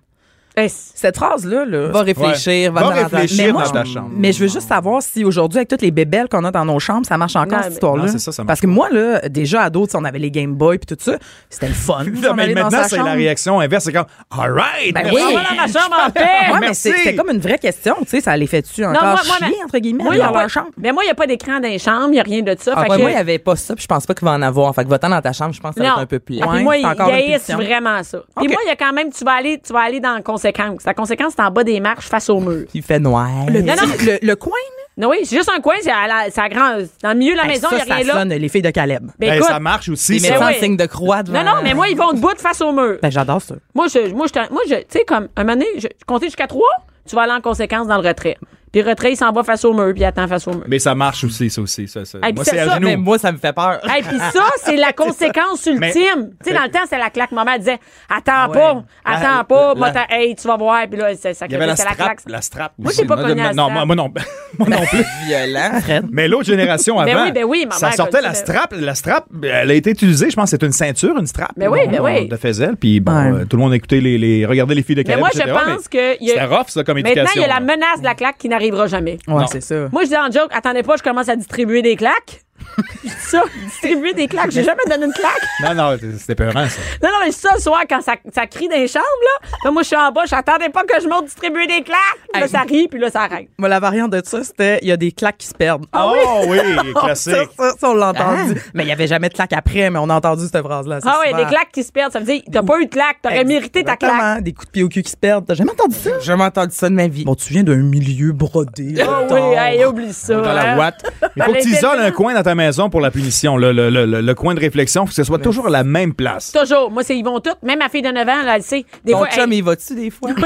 Hey, c'est-
Cette phrase-là, là,
Va réfléchir,
Ouais.
va,
Va
dans- dans-
réfléchir
Mais
dans
moi,
ta
je-
chambre.
Mais je veux juste savoir si aujourd'hui, avec toutes les bébelles qu'on a dans nos chambres, ça marche encore
Non, mais-
cette histoire-là.
Non, c'est ça, ça marche
Parce que moi, là, déjà ado, tu sais, on avait les Game Boy puis tout ça, c'était le fun.
Non,
s'en
mais
aller dans
maintenant,
sa
c'est
chambre.
la réaction inverse. C'est comme, all right.
Ben
merci.
oui.
On va dans la chambre en paix.
Ouais, mais
Merci.
c'est- c'était comme une vraie question, tu sais, ça les fait-tu encore
moi- moi,
chier,
mais-
entre guillemets,
Moi, il y a
dans
pas-
leur chambre?
Mais moi, il n'y a pas d'écran dans les chambres, il n'y a rien de ça.
Ah,
fait
ouais,
que-
moi, il n'y avait pas ça, puis je pense pas qu'il va en avoir. Fait que va-t'en dans ta chambre, je pense que ça va
non.
être un peu
Ah,
plat.
puis
Ouais,
moi,
c'est
il
encore
il
une
haïssent
punition.
vraiment ça. Puis
Ok.
moi, il y a quand même, tu vas aller, tu vas aller dans la conséquence. La conséquence, c'est en bas des marches, face au mur.
Il fait noir.
Le,
non,
petit-
non.
le- le coin,
Non, oui, c'est juste un coin, c'est à la- c'est à grand, dans le milieu de la
là,
maison, il
ça,
n'y a rien
ça
là.
sonne les filles de Caleb.
Ben,
Ben,
écoute,
ça marche aussi,
Les
ça.
Mais
médecins en
ouais.
signe de croix devant.
non, non, mais moi, ils vont debout de face au mur.
Ben, j'adore ça.
Moi, je, moi, je, t'en- moi, je, tu sais, comme, un moment donné, je, compter jusqu'à trois, tu vas aller en conséquence dans le retrait. Puis le retrait, il s'en va face au mur, puis il attend face au mur.
Mais ça marche aussi, ça aussi. Ça, ça.
Hey,
Moi,
puis
c'est
ça,
à
ça,
genoux.
Mais moi, ça me fait peur.
Et puis ça, c'est la conséquence ultime. Tu sais, dans le temps, c'est la claque. Maman elle disait,
Ah
attends pas, attends
La-
pas,
la-
moi, t'as- hey, tu vas voir. Puis là, c'est ça
Il y avait la
c'est la
strap.
claque.
La strap.
Moi,
aussi.
j'ai pas cogné à la
Non,
strap.
moi, moi non. Moi non plus.
Violent.
Mais l'autre génération avant,
Ben oui, ben oui, ma
ça
mère
sortait
connaissait le-
la strap. La strap, elle a été utilisée, je pense, c'est une ceinture, une strap.
Ben oui,
On-
ben
on
oui.
De Faisel, puis bon,
Ouais.
euh, tout le monde écoutait les, les, regardait les filles de
Mais
Caleb,
moi, je
etc.,
pense
mais
que. il y a-
C'était rough, ça, comme éducation.
Maintenant, il y a la
là.
menace de la claque qui n'arrivera jamais.
Ouais,
Non.
c'est ça.
Moi, je dis en joke, attendez pas, je commence à distribuer des claques. ça, distribuer des claques. J'ai jamais donné une claque.
Non, non, c'était peurant, ça.
Non, non, mais ça, le soir, quand ça, ça crie dans les chambres, là, là, moi, je suis en bas, j'attendais pas que je monte distribuer des claques. Là,
Hey.
ça rit, puis là, ça arrête.
Moi, la variante de ça, c'était il y a des claques qui se perdent.
Ah
Oh oui,
Ah, Ça,
classique.
ça, ça, on l'a entendu.
Hein?
Mais il n'y avait jamais de claques après, mais on a entendu cette phrase-là. assez
Ah ouais,
souvent.
des claques qui se perdent. Ça veut dire, t'as pas eu de claque, t'aurais mérité ta
Exactement.
claque.
Des coups de pied au cul qui se perdent. T'as jamais entendu ça?
J'ai jamais entendu ça de ma vie.
Bon, tu viens d'un milieu brodé.
Ah
de
oui,
tort.
hey,
oh,
oublie ça.
Dans
hein.
la ouate. Il faut que tu isoles un coin dans ta maison pour la punition. Le, le, le, le- le coin de réflexion, faut que ce soit toujours à la même place.
Toujours. Moi, c'est, ils vont toutes. Même ma fille de 9 ans, là, elle sait. Des
Ton
fois,
chum,
hey,
il va-tu des fois?
oui,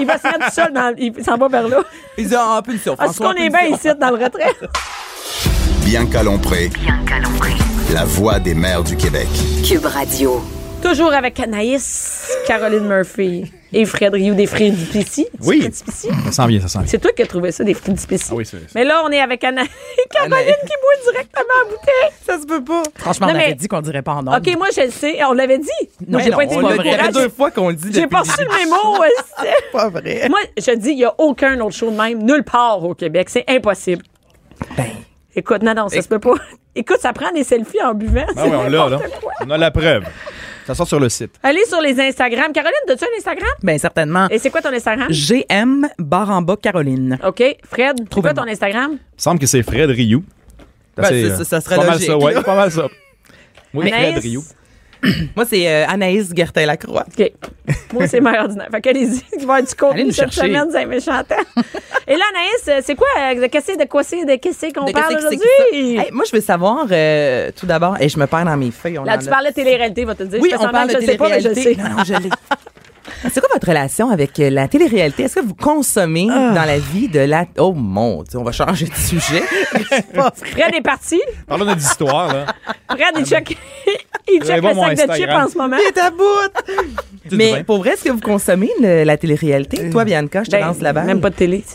il va se mettre tout seul dans, il s'en va vers là.
Il dit, ah, punition.
Parce
François,
qu'on est
punition.
bien ici, dans le retrait.
Bianca Lompré,
Bianca Lompré.
la voix des mères du Québec.
Cube Radio.
Toujours avec Anaïs, Caroline Murphy et Fred Rioux des Frédipéties.
Oui.
Frédipéties?
Ça sent bien, ça sent bien.
C'est toi qui as trouvé ça, des Frédipéties.
Ah oui, c'est- c'est-
Mais là, on est avec Anaïs et Caroline
Anaïs.
qui boit directement à bouteille.
Ça se peut pas. Franchement,
Non,
on avait
mais-
dit qu'on dirait pas en nombre.
OK, moi, je le sais. On l'avait dit.
Non,
j'ai
non,
pas été
on
On
l'a
l'a
bonne
dit.
dit, ça fait
courage.
deux fois qu'on le dit.
J'ai
depuis le
pas su
début.
le mémo aussi.
pas vrai.
euh, Moi, je dis, il n'y a aucun autre show de même, nulle part au Québec. C'est impossible.
Ben.
Écoute, non, non, ça se peut pas. Écoute, ça prend des selfies en buvant.
Ah
c'est
oui, on l'a, là.
n'importe quoi.
On a la preuve. Ça sort sur le site.
Allez sur les Instagram. Caroline, as-tu un Instagram?
Ben,
Bien, certainement.
Et c'est quoi ton Instagram?
GM barre en bas Caroline.
OK. Fred, c'est quoi
Trouvez-moi.
ton Instagram?
Il semble que c'est Fred Rioux.
Ben,
C'est,
c'est-
euh,
ça- ça serait
pas
logique,
Mal ça, ouais,
là.
pas mal ça. Oui, Fred
Anaïs?
Rioux.
Moi, c'est euh, Anaïs Gertin-Lacroix.
OK. Moi, c'est mère ordinaire. Fait qu'allez-y. Il va y avoir du
Allez
contenu
nous
cette
chercher.
semaine, c'est un méchant temps. Et là, Anaïs, euh, c'est quoi? euh, De qu'est-ce de quoi c'est de qu'est-ce qu'on
De
parle
qu'est-ce que c'est
aujourd'hui?
que ça? Hey, moi, je veux savoir, euh, tout d'abord, et je me perds dans mes feuilles. on
Là,
en
tu
a-
parles de télé-réalité, va te le dire.
Oui,
Je fais
on
semblant
parle
que
de
je sais pas, mais je le sais.
télé-réalité. Non, non, je l'ai. C'est quoi votre relation avec euh, la télé-réalité? Est-ce que vous consommez
Ah.
dans la vie de la... Oh mon Dieu, on va changer de sujet.
Fred est parti.
Parlons de l'histoire, là.
Fred,
Ah,
il check, il
Allez
check
voir
le
mon
sac de chips
Instagram.
en ce moment.
C'est à bout!
Du vin.
Mais pour vrai, Euh, est-ce que vous consommez le- la télé-réalité? Toi, Bianca, je te lance la balle.
Ben, Même pas de télé.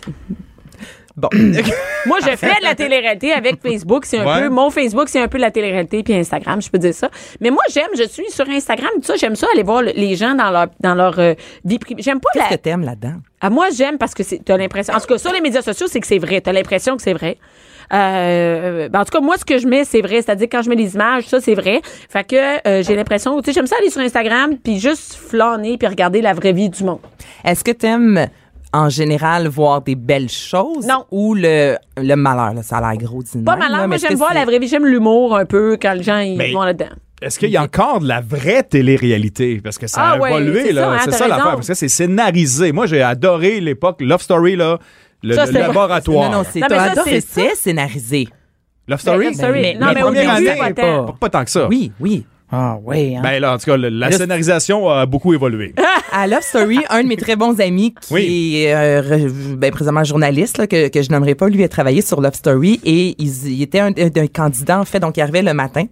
Bon.
Moi, je fais de la télé-réalité avec Facebook. C'est un
Ouais.
peu, mon Facebook, c'est un peu la télé-réalité puis Instagram, je peux dire ça. Mais moi, j'aime, je suis sur Instagram, tout ça, j'aime ça aller voir le- les gens dans leur, dans leur euh, vie privée. J'aime pas la,
Qu'est-ce que t'aimes là-dedans?
Ah, moi, j'aime parce que c'est- t'as l'impression. En tout cas, sur les médias sociaux, c'est que c'est vrai. T'as l'impression que c'est vrai. Euh, ben, en tout cas, moi, ce que je mets, c'est vrai. C'est-à-dire, quand je mets les images, ça, c'est vrai. Fait que euh, j'ai l'impression. Tu sais, j'aime ça aller sur Instagram puis juste flâner puis regarder la vraie vie du monde.
Est-ce que t'aimes, en général, voir des belles choses?
Non.
Ou le, le malheur? là? ça a l'air gros, dis
Pas malin. Moi, j'aime voir la vraie vie. J'aime l'humour un peu quand les gens ils
Mais-
vont là-dedans.
Est-ce qu'il y a encore de la vraie télé-réalité? Parce que ça a
Ah ouais,
évolué,
c'est
là.
ça, hein,
c'est
t'as
ça l'affaire.
raison.
Parce que c'est scénarisé. Moi, j'ai adoré l'époque Love Story, là. Le,
Ça,
le
c'était-
laboratoire.
Non, non, c'est
Non, mais
t'as
ça,
adoré,
c'est
c'est scénarisé.
Love Story?
Love Story.
Non, mais au
première année,
début, c'est pas
pas,
tant.
pas tant que ça.
Oui, oui. Ah, oui, hein.
Ben là, en tout cas, le- la
Le-
scénarisation a beaucoup évolué.
À Love Story, un de mes très bons amis qui
Oui.
est euh, re- ben, présentement journaliste, là, que, que je nommerai pas, lui a travaillé sur Love Story et il, il était un, un- un candidat, en fait, donc il arrivait le matin,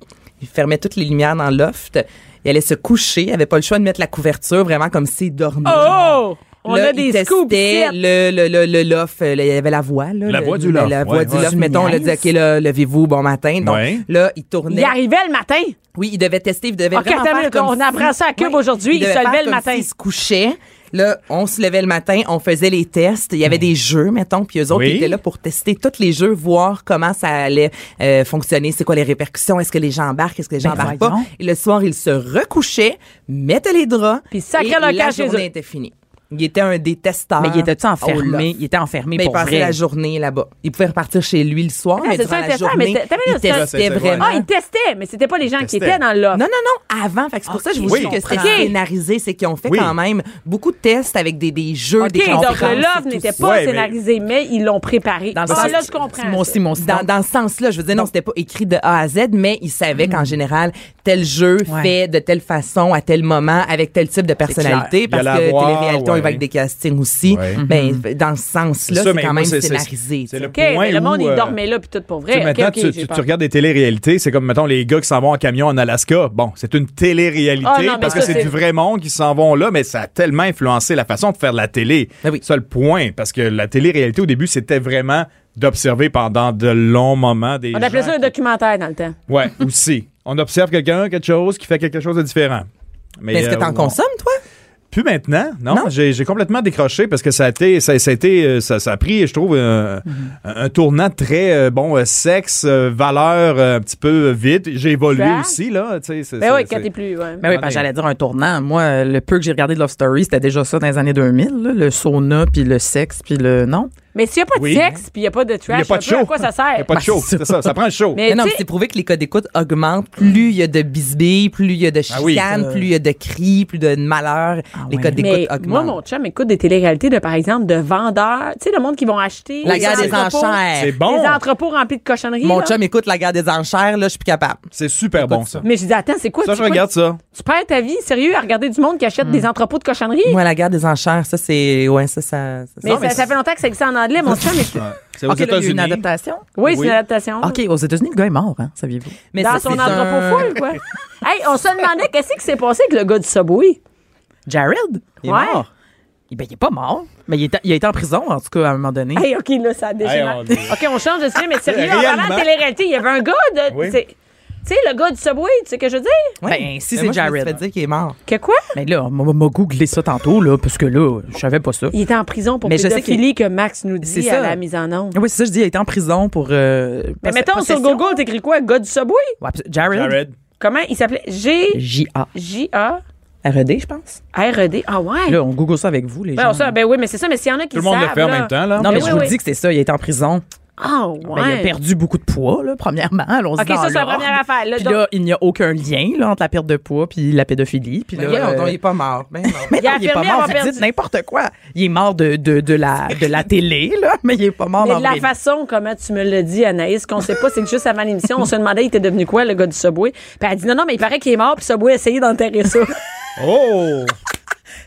il fermait toutes les lumières dans le loft, il allait se coucher, il avait pas le choix de mettre la couverture vraiment comme s'il dormait.
Oh! On
Là,
a
il
des
testait
scoops. ici.
le, le, le, le loft, euh, là, il y avait la voix. Là,
La
le-
voix du
le-
loft,
La
ouais,
voix du
ouais.
loft. Mettons, le dit, OK, là, levez-vous, bon matin. Donc,
Ouais.
là, il
Il
tournait.
arrivait le matin.
Oui, il devait tester, il devait
Ok,
vraiment
attends
faire
une minute,
comme
on
si-
apprend ça à Cube aujourd'hui, il
devait
se levait
faire
le
comme
matin.
s'il se couchait. Là, on se levait le matin, on faisait les tests. Il y avait des jeux, mettons, puis eux autres
Oui.
ils étaient là pour tester tous les jeux, voir comment ça allait euh, fonctionner, c'est quoi les répercussions, est-ce que les gens embarquent, est-ce que les gens
Ben,
embarquent
voyons.
pas. Et le soir, ils se recouchaient, mettaient les draps,
Puis sacraient
et
leur
la
camp chez eux.
journée était finie. Il était un des testeurs.
Mais il était
au
enfermé?
loft.
Il était enfermé
Mais il
pour
passait
vrai.
la journée là-bas. Il pouvait repartir chez lui le soir,
Ah,
mais
c'est
durant
ça,
la
intéressant, mais
journée,
t'as- t'as
il
vu, ça-
testait
Ça, c'est
vraiment.
Ah, il testait, mais c'était pas les gens qui
Testait.
étaient dans le loft.
Non, non, non, avant. Fait que c'est pour ça que je vous
Ah. Ok,
dis
je
que c'est
comprends.
scénarisé, c'est qu'ils ont fait
Oui.
quand même beaucoup de tests avec des, des jeux,
OK,
des
donc le
conférences et
loft
tout
n'était
ça.
pas
Ouais, mais-
scénarisé, mais... ils l'ont préparé.
Dans le
ah,
sens-
là, je comprends.
Mon
ça.
Simon, Simon.
Dans, dans ce sens-là, je veux dire, non, c'était pas écrit de A à Z, mais ils savaient
Hmm.
qu'en général, tel jeu
Ouais.
fait de telle façon, à tel moment, avec tel type de personnalité,
clair.
parce
Il y a
que
la voix,
télé-réalité, on y va
ouais.
avec des castings aussi.
Ouais.
Ben, dans ce sens-là,
Ça,
c'est
mais
quand
moi,
même
c'est- c'est-
scénarisé.
c'est
tu
le
OK, mais le
point
monde,
où,
il
euh,
dormait là, puis tout pour
Tu
vrai.
sais,
Eh, OK,
maintenant,
OK,
tu-
j'ai
tu, tu
peur.
regardes des téléréalités, c'est comme, mettons, les gars qui s'en vont en camion en Alaska. Bon, c'est une télé-réalité
Ah, non, mais
parce
ça,
que c'est
c'est-
du vrai monde qui s'en vont là, mais ça a tellement influencé la façon de faire de la télé.
Ben oui.
C'est ça le point, parce que la télé-réalité, au début, c'était vraiment d'observer pendant de longs moments des
On appelait ça un documentaire dans le temps.
Ouais, aussi. On observe quelqu'un, quelque chose, qui fait quelque chose de différent.
Mais est-ce que
euh,
t'en
on-
consommes, toi?
plus maintenant. Non,
Non.
J'ai, j'ai complètement décroché parce que ça a été, ça, ça a été, euh, ça, ça a pris, je trouve, euh,
Mm-hmm.
un, un tournant très euh, bon euh, sexe, euh, valeur, euh, un petit peu euh, vite. J'ai évolué
Ça?
aussi là. tu sais, c'est-
Ben
c'est-
oui, quand
c'est- Ah,
t'es plus. ouais.
Ben oui, parce que j'allais dire un tournant. Moi, euh, le peu que j'ai regardé de Love Story, c'était déjà ça dans les années 2000, là, le sauna, puis le sexe, puis le... Non?
Mais s'il n'y a pas de
Oui.
sexe, puis il n'y a pas de trash,
Il n'y a pas de
un peu,
show.
à quoi ça
Il
sert? Ah,
n'y a pas de show. C'est ça. Ça prend un show.
Mais
Mais non,
tu
mais
sais-
c'est prouvé que les codes d'écoute augmentent. Plus il y a de bisbilles, plus il y a de
Ah oui.
chicanes,
Euh.
plus il y a de cris, plus de malheurs. les
ouais.
codes
Mais
d'écoute augmentent.
moi, mon chum écoute des téléréalités, de, par exemple, de vendeurs. Tu sais, le monde qui vont acheter.
la
des
guerre des
entrepôts-
c'est
enchères.
bon.
Des entrepôts remplis de cochonneries.
Mon
là.
chum écoute la guerre des enchères, là, je suis plus capable.
C'est super bon ça.
Mais je dis, attends, c'est quoi?
Ça,
tu-
je
quoi,
regarde ça.
Tu perds ta vie, sérieux, à regarder du monde qui achète des entrepôts de cochonneries?
Moi, la guerre des enchères, ça, c'est. Ouais, ça, ça. ça-
mais,
Non,
ça, ça fait longtemps que ça existe en anglais, mon chum. mais-
Ouais. C'est aux
OK, là, il y a eu une
États-Unis.
adaptation?
Oui, c'est
Oui.
une adaptation.
OK, aux États-Unis, le gars est mort, hein, saviez-vous?
mais
Dans
ça,
son
c'est
entrepôt
un-
full, quoi. hey, on se demandait qu'est-ce qui s'est passé avec le gars du Subway.
Jared? Il est
Ouais.
mort. Il- Ben, il est pas mort, mais il, est- il a été en prison, en tout cas, à un moment donné.
Hey, OK, là, ça dégénère.
Hey, on est-
OK, on change de sujet, mais sérieux, en parlant
Réellement.
de télé-réalité, il y avait un gars de.
Oui.
c'est- Tu sais, le gars du Subway, tu sais ce que je veux dire?
Ben, si
Mais
c'est
moi, je me suis
Jared.
fait dire qu'il est mort.
Que quoi?
Mais là, on m'a- m'a googlé ça tantôt, là, parce que là, je savais pas ça.
Il était en prison pour
Mais je sais
pédophilie que Max nous dit
C'est
à
ça.
la mise en onde.
Oui, c'est ça, je dis, il a été en prison pour. euh,
Mais
poss-
mettons, sur
possession.
Google, t'écris quoi? Gars du Subway?
Ouais, pis- Jared.
Jared.
Comment il s'appelait? G.
J-A.
J-A-R-E-D.
E
R.E.D., je pense.
Ah ouais?
Là, on google ça avec vous, les
Ben,
gens.
on sait- ben oui, mais c'est ça, mais s'il y en a qui
Tout le monde le
savent,
fait en
là.
même temps là.
Non, mais,
Ben
je
oui,
vous
oui.
dis que c'est ça, il a été en prison.
Ah
Ben,
ouais.
il a perdu beaucoup de poids, là, premièrement. Allons-y.
OK, ça,
dans
c'est la
l'ordre.
première affaire. Là,
Puis
donc-
là, il n'y a aucun lien là, entre la perte de poids puis la pédophilie. Puis là,
Mais voyons
euh,
donc, il est pas mort. Ben non.
mais
Il a
non, il est pas
affirmé
mort.
avoir
Vous
perdu-
dites n'importe quoi. Il est mort de, de, de la, de la télé, là, mais il est pas mort
Mais
en
de la
vrai.
façon comment tu me l'as dit, Anaïs, qu'on sait pas, c'est que juste avant l'émission, on se demandait il était devenu quoi, le gars du Subway. Puis elle a dit non, non, mais il paraît qu'il est mort, puis Subway a essayé d'enterrer ça.
Oh.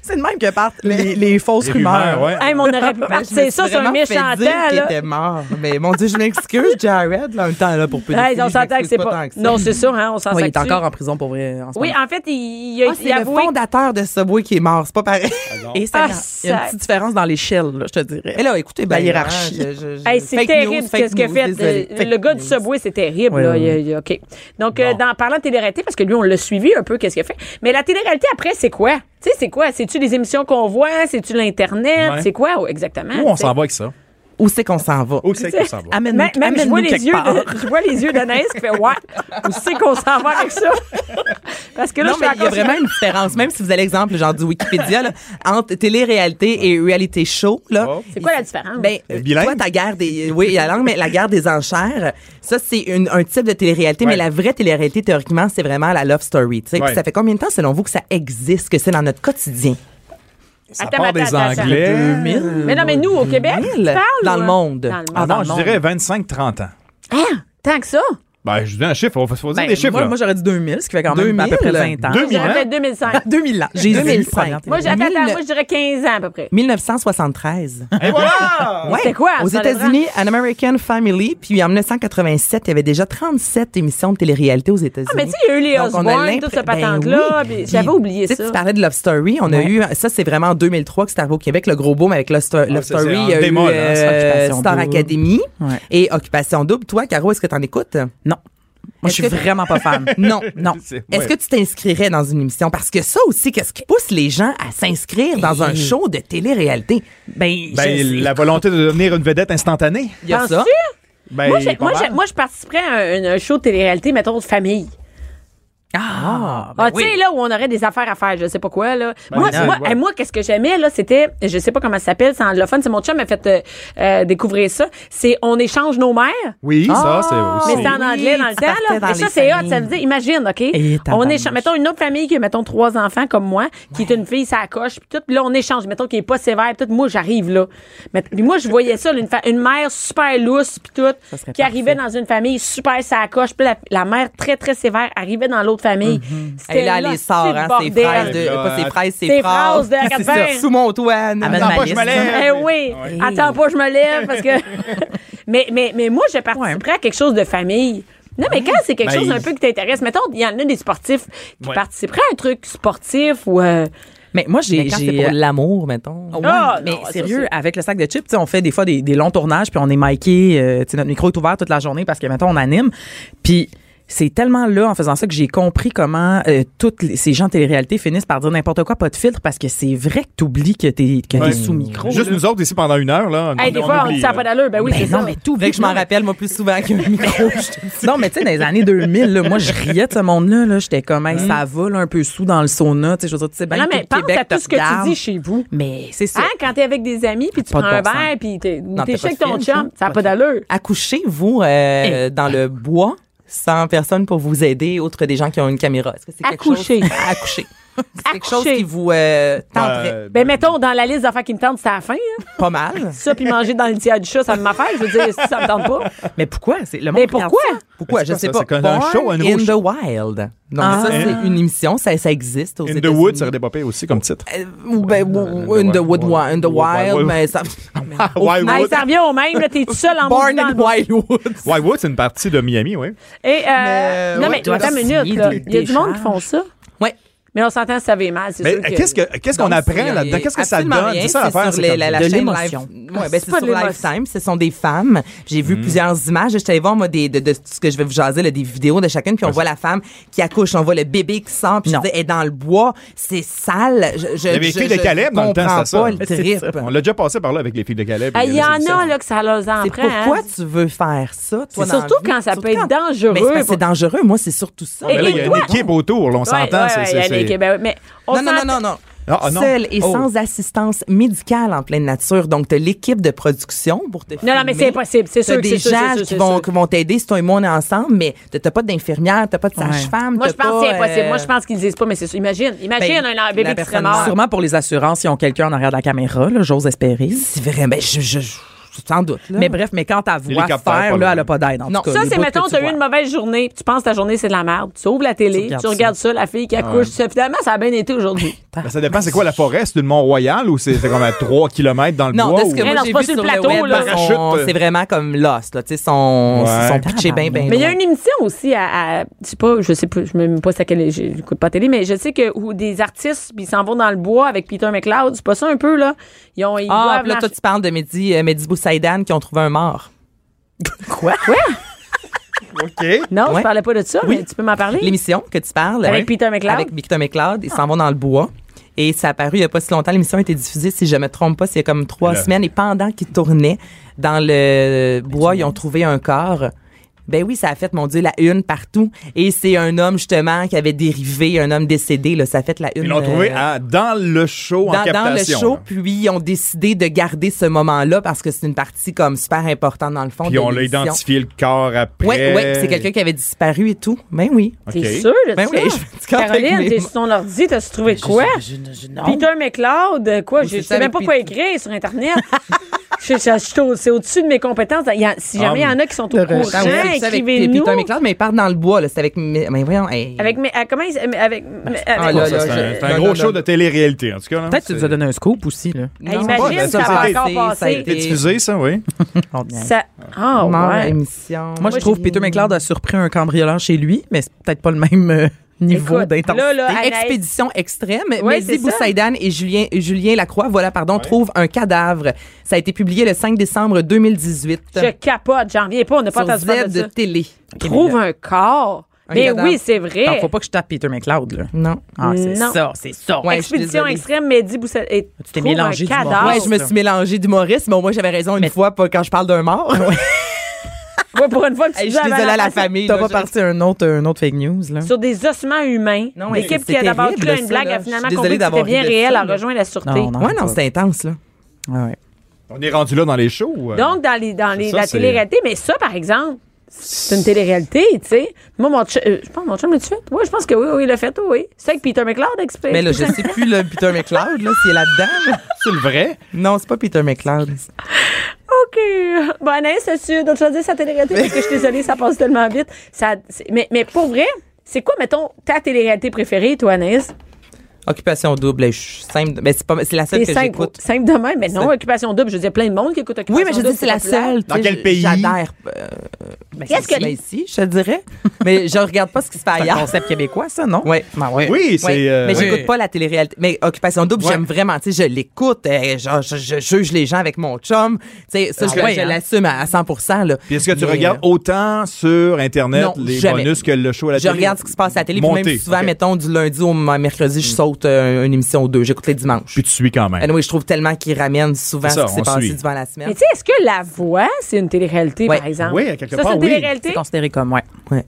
C'est de même que partent les, les fausses
Les
rumeurs.
rumeurs, ouais.
hey, mais on aurait pu
Ben, je me
partir
suis
ça sur un
vraiment fait
méchant
dire
temps,
qu'il
là.
était mort. Mais mon Dieu, je m'excuse, Jared, là, en même temps, là, pour pédophilie,
Hey, on
je
s'entend que
m'excuse
c'est pas.
tant que ça.
Non, c'est sûr, hein, on s'en
Ouais, il est
sacre-tu.
encore en prison pour vrai. En ce
Oui,
moment.
en fait, il, il a,
Ah,
il a
c'est le
avoué.
fondateur de Subway qui est mort, c'est pas pareil.
Et
Ah,
ça, il y a une petite différence dans l'échelle, là, je te dirais.
Mais là, écoutez, ben,
La hiérarchie.
hein, je- je- je-
Hey, c'est
fake
terrible
news,
ce
fake
que
news,
fait.
désolé.
euh,
Fake
le gars du
news.
Subway, c'est terrible.
Ouais,
là.
ouais,
Il y a- il y a- OK. Donc, euh, dans, parlant de télé-réalité, parce que lui, on l'a suivi un peu, qu'est-ce qu'il a fait. Mais la télé-réalité, après, c'est quoi? Tu sais, c'est quoi? C'est-tu les émissions qu'on voit? C'est-tu l'Internet?
Ouais.
C'est quoi? Ouais, exactement.
Où on
tu sais.
s'en va avec ça?
Où c'est qu'on s'en va?
Où c'est qu'on s'en va?
Amène-nous
Même, même je,
amène-nous
vois les
quelque
yeux
part.
de- je vois les yeux d'Anaïs qui fait Ouais, où c'est qu'on s'en va avec ça? Parce que là,
non,
je
mais
suis
il y a
encore
vraiment une différence. Même si vous allez, exemple, genre du Wikipédia, là, entre télé-réalité et reality show, là.
Oh.
C'est quoi la différence?
Ben, euh,
bilingue?
toi, ta guerre des. euh, Oui, la langue, mais la guerre des enchères, ça, c'est une- un type de télé-réalité,
Ouais.
mais la vraie télé-réalité, théoriquement, c'est vraiment la love story. tu sais.
Ouais.
Puis Ça fait combien de temps, selon vous, que ça existe, que c'est dans notre quotidien?
Ça
Attends,
part
attends,
des
attends,
Anglais.
mais non, mais nous, au Québec, tu parles,
Dans le
ou-
monde.
Dans le monde.
Ah,
Non, je dirais 25-30 ans.
Hein? Tant que ça?
Ben, je vous donne un chiffre. Il faut, faut dire
Ben,
des chiffres.
moi,
là.
moi, j'aurais dit 2000, ce qui fait quand même à peu
2000?
près 20 ans.
2000
hein?
J'aurais
ans.
fait 2005.
2000 ans. J'ai
2005.
Moi, j'attends, attends, moi, je dirais 15 ans à peu près.
1973.
Et voilà!
Ouais.
C'était quoi,
Aux
ça, les
États-Unis, An American Family. Puis en 1987, il y avait déjà 37 émissions de télé-réalité aux États-Unis.
Ah, mais tu sais, il y a eu les
Donc, on a
Osbourne,
l'impr-
toute cette
Ben
patente-là.
oui.
puis
Puis,
J'avais oublié
tu sais,
ça.
Tu parlais de Love Story. On a eu, ça, c'est vraiment en 2003 que c'est arrivé au Québec, le gros boom avec Love, Sto- Love
Ah, ça, c'est
Story.
en
Il y a eu,
bémol, hein, c'est
euh,
Occupation
Star
Double.
Academy
Ouais.
et Occupation Double. Toi, Caro, est-ce que t'en écoutes?
Non. Moi, je suis
que-
vraiment pas fan.
Non, non.
C'est-
Est-ce que
ouais.
tu t'inscrirais dans une émission? Parce que ça aussi, qu'est-ce qui pousse les gens à s'inscrire dans un show de télé-réalité?
Ben, je-
Ben, la volonté de devenir une vedette instantanée.
Il y a ça.
Penses-tu?
Ben,
Moi, j'ai-
pas
moi,
mal.
j'ai- moi, je participerais à un, un show de télé-réalité, mettons, de famille.
Ah,
Ah,
ben oui. Ben
tu sais, là, où on aurait des affaires à faire, je sais pas quoi, là. moi,
non,
moi,
ouais.
hey, moi, qu'est-ce que j'aimais, là, c'était, je sais pas comment ça s'appelle, c'est anglophone, c'est mon chum m'a fait euh, euh, découvrir ça. C'est On échange nos mères,
Oui, ça, c'est
mais
aussi.
c'est en
Oh, Oui,
anglais dans le
tu
temps, là.
partais dans
Mais ça,
les
c'est hot,
familles.
ça veut dire, imagine, OK? on
tabarnouche.
échange, mettons, une autre famille qui a, mettons, trois enfants comme moi, qui est une fille, ça coche, puis tout, puis là, on échange, mettons, qui est pas sévère, puis tout, moi, j'arrive, là. Mais, puis moi, je voyais ça, là, une, fa- une mère super lousse, puis tout, qui
serait
arrivait dans une famille super, ça coche, puis la, la mère très, très sévère arrivait dans l'autre famille. C'était
Mm-hmm. Et là,
là,
les sorts, hein,
c'est le
ces
bordel.
fraises de.
Là,
Pas ces
att-
fraises, ces
Ces
phrases.
phrases de
C'est
Agathe
ça,
Vin.
Sous mon toit. non.
Amène
Attends
ma
pas, je
liste.
me lève.
Eh oui. Attends pas, je me lève parce que. mais, mais, mais moi, je participerais à quelque chose de famille. Non, mais quand c'est quelque
Ben,
chose un
il-
peu qui t'intéresse, mettons, il y en a des sportifs qui
Ouais.
participeraient à un truc sportif ou. euh,
Mais moi,
Mais
j'ai.
quand
j'ai- euh,
c'est pour l'amour, mettons.
Ouais,
Ah,
mais
non, ça,
sérieux, avec le sac de chips, tu sais, on fait des fois des, des longs tournages, puis on est miké, euh, tu sais, notre micro est ouvert toute la journée parce que maintenant on anime. Puis C'est tellement là, en faisant ça, que j'ai compris comment euh, toutes les- ces gens de télé-réalité finissent par dire n'importe quoi, pas de filtre, parce que c'est vrai que t'oublies que t'es que t'es
Ouais.
sous micro.
Juste
là.
nous autres ici pendant une heure, là.
Hey, des fois, on
oublie,
dit ça n'a
là.
pas d'allure. Ben oui, c'est
Ben non,
ça.
mais tout
Faudrait que je m'en rappelle, moi, plus souvent qu'un micro. je te dis.
Non, mais tu sais, dans les années 2000, là, moi, je riais de ce monde-là. Là. J'étais comme,
Mm.
hey, ça va, là, un peu sous dans le sauna. Tu sais, je veux dire, tu sais,
Mais
ben,
non,
que
mais
le
pense
Québec
à
te
tout ce que
regarde.
tu dis chez vous.
Mais c'est ça.
Hein, quand t'es avec des amis, puis tu
Pas
prends
de
un
bon sens.
verre, puis t'es
Non,
t'es
t'as pas
chez
de
avec ton
filtre,
chum,
hein.
ça n'a pas d'allure.
Accouchez-vous euh, dans le bois sans personne pour vous aider, autre des gens qui ont une caméra. Est-ce que c'est quelque chose...
Accoucher.
Accoucher. C'est quelque chose
Accoucher.
qui vous euh, tenterait
Euh,
Ben, mettons, dans la liste d'affaires qui me tentent, c'est à la fin. hein.
pas mal.
Ça, puis manger dans le tiers du chat, ça me m'affaire. Je veux dire, si ça me tente pas.
Mais pourquoi? C'est, le monde
Mais
regarde
pourquoi?
ça.
Pourquoi? Je
quoi,
sais
ça?
pas.
C'est comme un
Born
show, un nouveau
in the
show.
Wild. Donc
Ah.
ça, c'est une émission. Ça, ça existe aux
In the
États-Unis.
Wood, ça aurait pas pire aussi comme titre.
Euh, ou ben, ou- in the wood, wi- in the
Ouais, ouais.
wild, mais ça...
Au Wildwood.
Hey, ça revient au même, là, t'es tout seul en
Born
maudit dans
in
le bois.
Wildwood.
Wildwood, c'est une partie de Miami, oui.
Et, euh,
Mais,
non,
ouais,
mais
toi,
attends
tu
une minute,
lis
là.
des-
Il y a
des
du monde qui font ça.
Ouais.
Mais on s'entend, ça va mal, c'est
Mais
sûr.
euh, qu'est-ce que- qu'est-ce qu'on
Donc,
apprend
il y a
là-dedans? Qu'est-ce que ça
absolument
donne?
rien.
C'est ça l'affaire.
sur
c'est
les-
comme-
la, la
De
chaîne
l'émotion.
Live. Ouais,
Ah,
ben,
c'est
c'est
pas
sur
de l'émotion.
Lifetime. Ce sont des femmes. J'ai
Mm.
vu plusieurs images. J'étais allée voir, moi, des, de, de ce que je vais vous jaser, là, des vidéos de chacune. Puis on voit la femme qui accouche, on voit le bébé qui sort. Puis je
Non.
dis, elle est dans le bois. C'est sale. Je, je,
Il y avait les
je-
filles de
je
Caleb dans le temps,
comprends
c'était ça.
pas le
Mais
c'est
trip.
ça.
On l'a déjà passé par là avec les filles de Calais.
Hey, Eh, Il y en a, là, que ça leur en
C'est
prend.
pourquoi
hein.
tu veux faire ça, toi,
C'est
dans la
surtout
vie?
quand ça peut
Surtout
être dangereux.
Mais c'est parce que c'est dangereux. Moi, c'est surtout ça.
Et-
Mais Ben là, il y a une
toi-
équipe autour, là, on
Ouais,
s'entend.
ouais,
c'est-
ouais,
c'est-
il y a des
c'est-
Québec- mais on
Non, non, non,
s'entend-
non, non.
Ah, ah, non.
Seul et
Oh.
sans assistance médicale en pleine nature. Donc, t'as l'équipe de production pour te
Non, non, mais c'est
filmer.
impossible. C'est
T'as
sûr que
des
c'est sûr,
gens
c'est sûr,
qui
c'est
vont,
sûr.
qui vont t'aider si toi et moi on est ensemble, mais t'as t'as pas d'infirmière, t'as pas de sage-femme.
Moi, je
t'as
pense que
pas,
c'est impossible.
euh,
Moi, je pense qu'ils disent pas, mais c'est sûr. Imagine, imagine
Ben,
un bébé
la
qui serait
personne
mort.
Sûrement pour les assurances, ils ont quelqu'un en arrière de la caméra, là, j'ose espérer.
C'est vrai, ben, je, je, je- sans doute. Là.
Mais bref, mais quand ta voix faire,
Hélicoptère, pas
là,
loin.
elle a pas d'aide. en
Non.
tout
Ça,
cas, les
c'est,
bouts que
mettons,
tu
t'as eu
vois.
une mauvaise journée, puis tu penses que ta journée, c'est de la merde. Tu ouvres la télé, tu
regardes
regardes, ça. la fille
Ah
qui accouche. Ça, Finalement, ça a bien été aujourd'hui.
Ben, ça dépend, c'est quoi la forêt? C'est une Mont-Royal ou c'est c'est comme à 3 km dans le
Non,
bois?
de ce que
ou-
Eh,
moi
non,
j'ai
c'est pas
vu
sur le
sur
plateau,
le web,
là.
on-
Parachute.
c'est vraiment comme Lost. Là, tu sais, sont,
Ouais.
ils sont pitchés bien, bien.
Mais il y a une émission aussi à, à- je sais pas, je sais pas, je me même pas ça quelle, je- j'écoute pas la télé, mais je sais que où des artistes puis ils s'en vont dans le bois avec Peter McLeod, c'est pas ça un peu là Ils ont ils doivent
Ah, puis là, toi,
marcher-
tu parles de Mehdi, euh, Mehdi Boussaïdan qui ont trouvé un mort.
Quoi?
OK.
Non,
Ouais.
je parlais pas de ça,
Oui.
mais tu peux m'en parler
L'émission que tu parles.
avec
Ouais.
Peter McLeod. Ah.
Avec Victor McLeod. Ils s'en vont dans le bois. Et ça a apparu il n'y a pas si longtemps. L'émission a été diffusée, si je me trompe pas, c'est il y a comme trois
Là.
semaines. Et pendant qu'ils tournaient dans le bois, ils ont trouvé un corps. Ben oui, ça a fait, mon Dieu, la une partout. Et c'est un homme, justement, qui avait dérivé, un homme décédé. Là, ça a fait la une.
Ils l'ont trouvé
euh,
à- dans le show en
dans, dans le
captation.
show,
là.
puis ils ont décidé de garder ce moment-là parce que c'est une partie comme super importante dans le fond.
Puis
de
on l'a
l'émission.
identifié le corps après.
Oui, oui, c'est quelqu'un qui avait disparu et tout. Ben oui.
T'es
OK.
sûr de
Ben
ça
oui, je fais du camp avec
Caroline,
mes
t'es
mains.
sur ton ordi, t'as trouvé quoi Peter McLeod, quoi
Oui,
Je
c'est
je
ça,
sais même
avec
pas quoi
Peter.
écrire sur internet. Je- je- je- je- C'est au-dessus de mes compétences. Il y a- si jamais il y en a qui sont au courant,
Ah oui, c'est ça avec
écrivez-nous.
Peter McLeod, mais il part dans le bois, là. C'est avec. Mais mais voyons. hey.
Avec mes, ah, comment il s- euh, avec, avec-
Ah, là,
Ça,
là,
C'est un,
je-
c'est un
non,
gros
non,
show
non.
de télé-réalité, en tout cas. là.
Peut-être que tu nous as
C'est-
donné un scoop aussi, là.
Non,
Hey,
imagine,
ben,
ça va
a été-
encore
ça a
passer.
été-
C'est diffusé, ça, oui.
ça, ah
Mort à
ouais.
l'émission.
Moi, je trouve que Peter McLeod a surpris un cambrioleur chez lui, mais c'est peut-être pas le même euh, niveau
Écoute,
d'intensité.
là, là, Anaïs-
Expédition extrême.
Ouais,
Mehdi
c'est ça.
Boussaïdan et Julien, et Julien Lacroix, voilà, pardon, trouvent un cadavre. Ça a été publié le 5 décembre 2018
je capote, j'en reviens pas, on n'a pas
sur
entendu parler
Z
de
de
ça.
télé.
Trouve un corps.
Un
mais
cadavre.
oui, c'est
Attends,
vrai.
faut pas que je tape Peter McLeod, là.
Non.
Ah, c'est
Non.
ça, c'est ça.
Ouais, je suis
Expédition
désolée.
extrême, Mehdi Boussel. Et
Tu t'es
trouve
mélangé
un
du monde.
cadavre.
Ouais, je me
ça.
suis mélangée d'humoriste, mais au moins j'avais raison une fois pas quand je parle d'un mort.
Ouais, pour une fois, le
Hey,
petit
je suis
jeu avant
désolée à la
face.
famille.
T'as
là,
pas
je-
parti un autre, un autre fake news, là?
Sur des ossements humains.
Non, mais
L'équipe
c'est
qui a d'abord
terrible,
cru à
ça,
une blague
là.
a
Je suis
finalement
désolée
compris que c'était
d'avoir
bien
ri de
réel,
ça,
a
là.
rejoint la sûreté.
Non, non.
Ouais, non, c'est intense, là.
Ah ouais.
On est rendu là dans les shows. euh.
Donc, dans, les, dans les,
ça,
la
c'est-
télé-réalité, mais ça, par exemple, c'est une télé-réalité, tu sais. Moi, mon chum, euh, je pense, mon chum l'a-tu fait? Oui, je pense que oui, oui, il l'a fait, oui. C'est avec Peter McLeod, exprès.
Mais là, je sais plus, là, Peter McLeod, là, s'il est là-dedans. là.
c'est le vrai.
Non, c'est pas Peter McLeod.
OK. Bon, Anaïs, as-tu d'autres choses à dire sur la télé-réalité? Parce que je suis désolée, ça passe tellement vite. Ça, c'est- mais, mais pour vrai, c'est quoi, mettons, ta télé-réalité préférée, toi, Anaïs?
Occupation double, là, je suis simple. Mais c'est pas- c'est la seule
C'est
que
simple,
j'écoute.
simple de même, mais non, occupation double. Je veux dire, plein de monde qui écoute occupation
Oui,
double.
mais je dis c'est la seule.
Dans
tu sais,
quel pays?
J'adhère. euh, ben,
Qu'est-ce
c'est
que-
ici, je te dirais. mais je regarde pas ce qui se fait
C'est un
ailleurs.
concept québécois, ça, non?
Ouais. Ben ouais.
Oui, c'est,
Ouais.
euh,
mais
oui.
j'écoute pas la télé-réalité. Mais Occupation Double, j'aime vraiment. Tu sais, je l'écoute. euh, genre, je, je juge les gens avec mon chum. Tu sais, ça,
Ah
je,
ouais,
je
hein?
l'assume à, à 100 là.
Puis est-ce que tu
Mais,
regardes
euh,
autant sur Internet
Non,
les
jamais.
bonus que le show à la
je
télé?
regarde ce qui se passe à la télé, puis
Monté,
même souvent,
ok. Mm.
mettons, du lundi au m- mercredi, je saute euh, une émission ou deux. J'écoute les dimanches.
Puis tu suis quand même.
oui, je trouve tellement qu'ils ramènent souvent
C'est ça,
ce qui s'est
on
passé
suit.
durant la semaine.
Mais tu sais, est-ce que La Voix, c'est une télé-réalité,
Ouais.
par exemple?
Oui, à quelque
Ça,
part,
c'est une
oui.
C'est
télé-réalité?
considéré comme, ouais.
Ouais.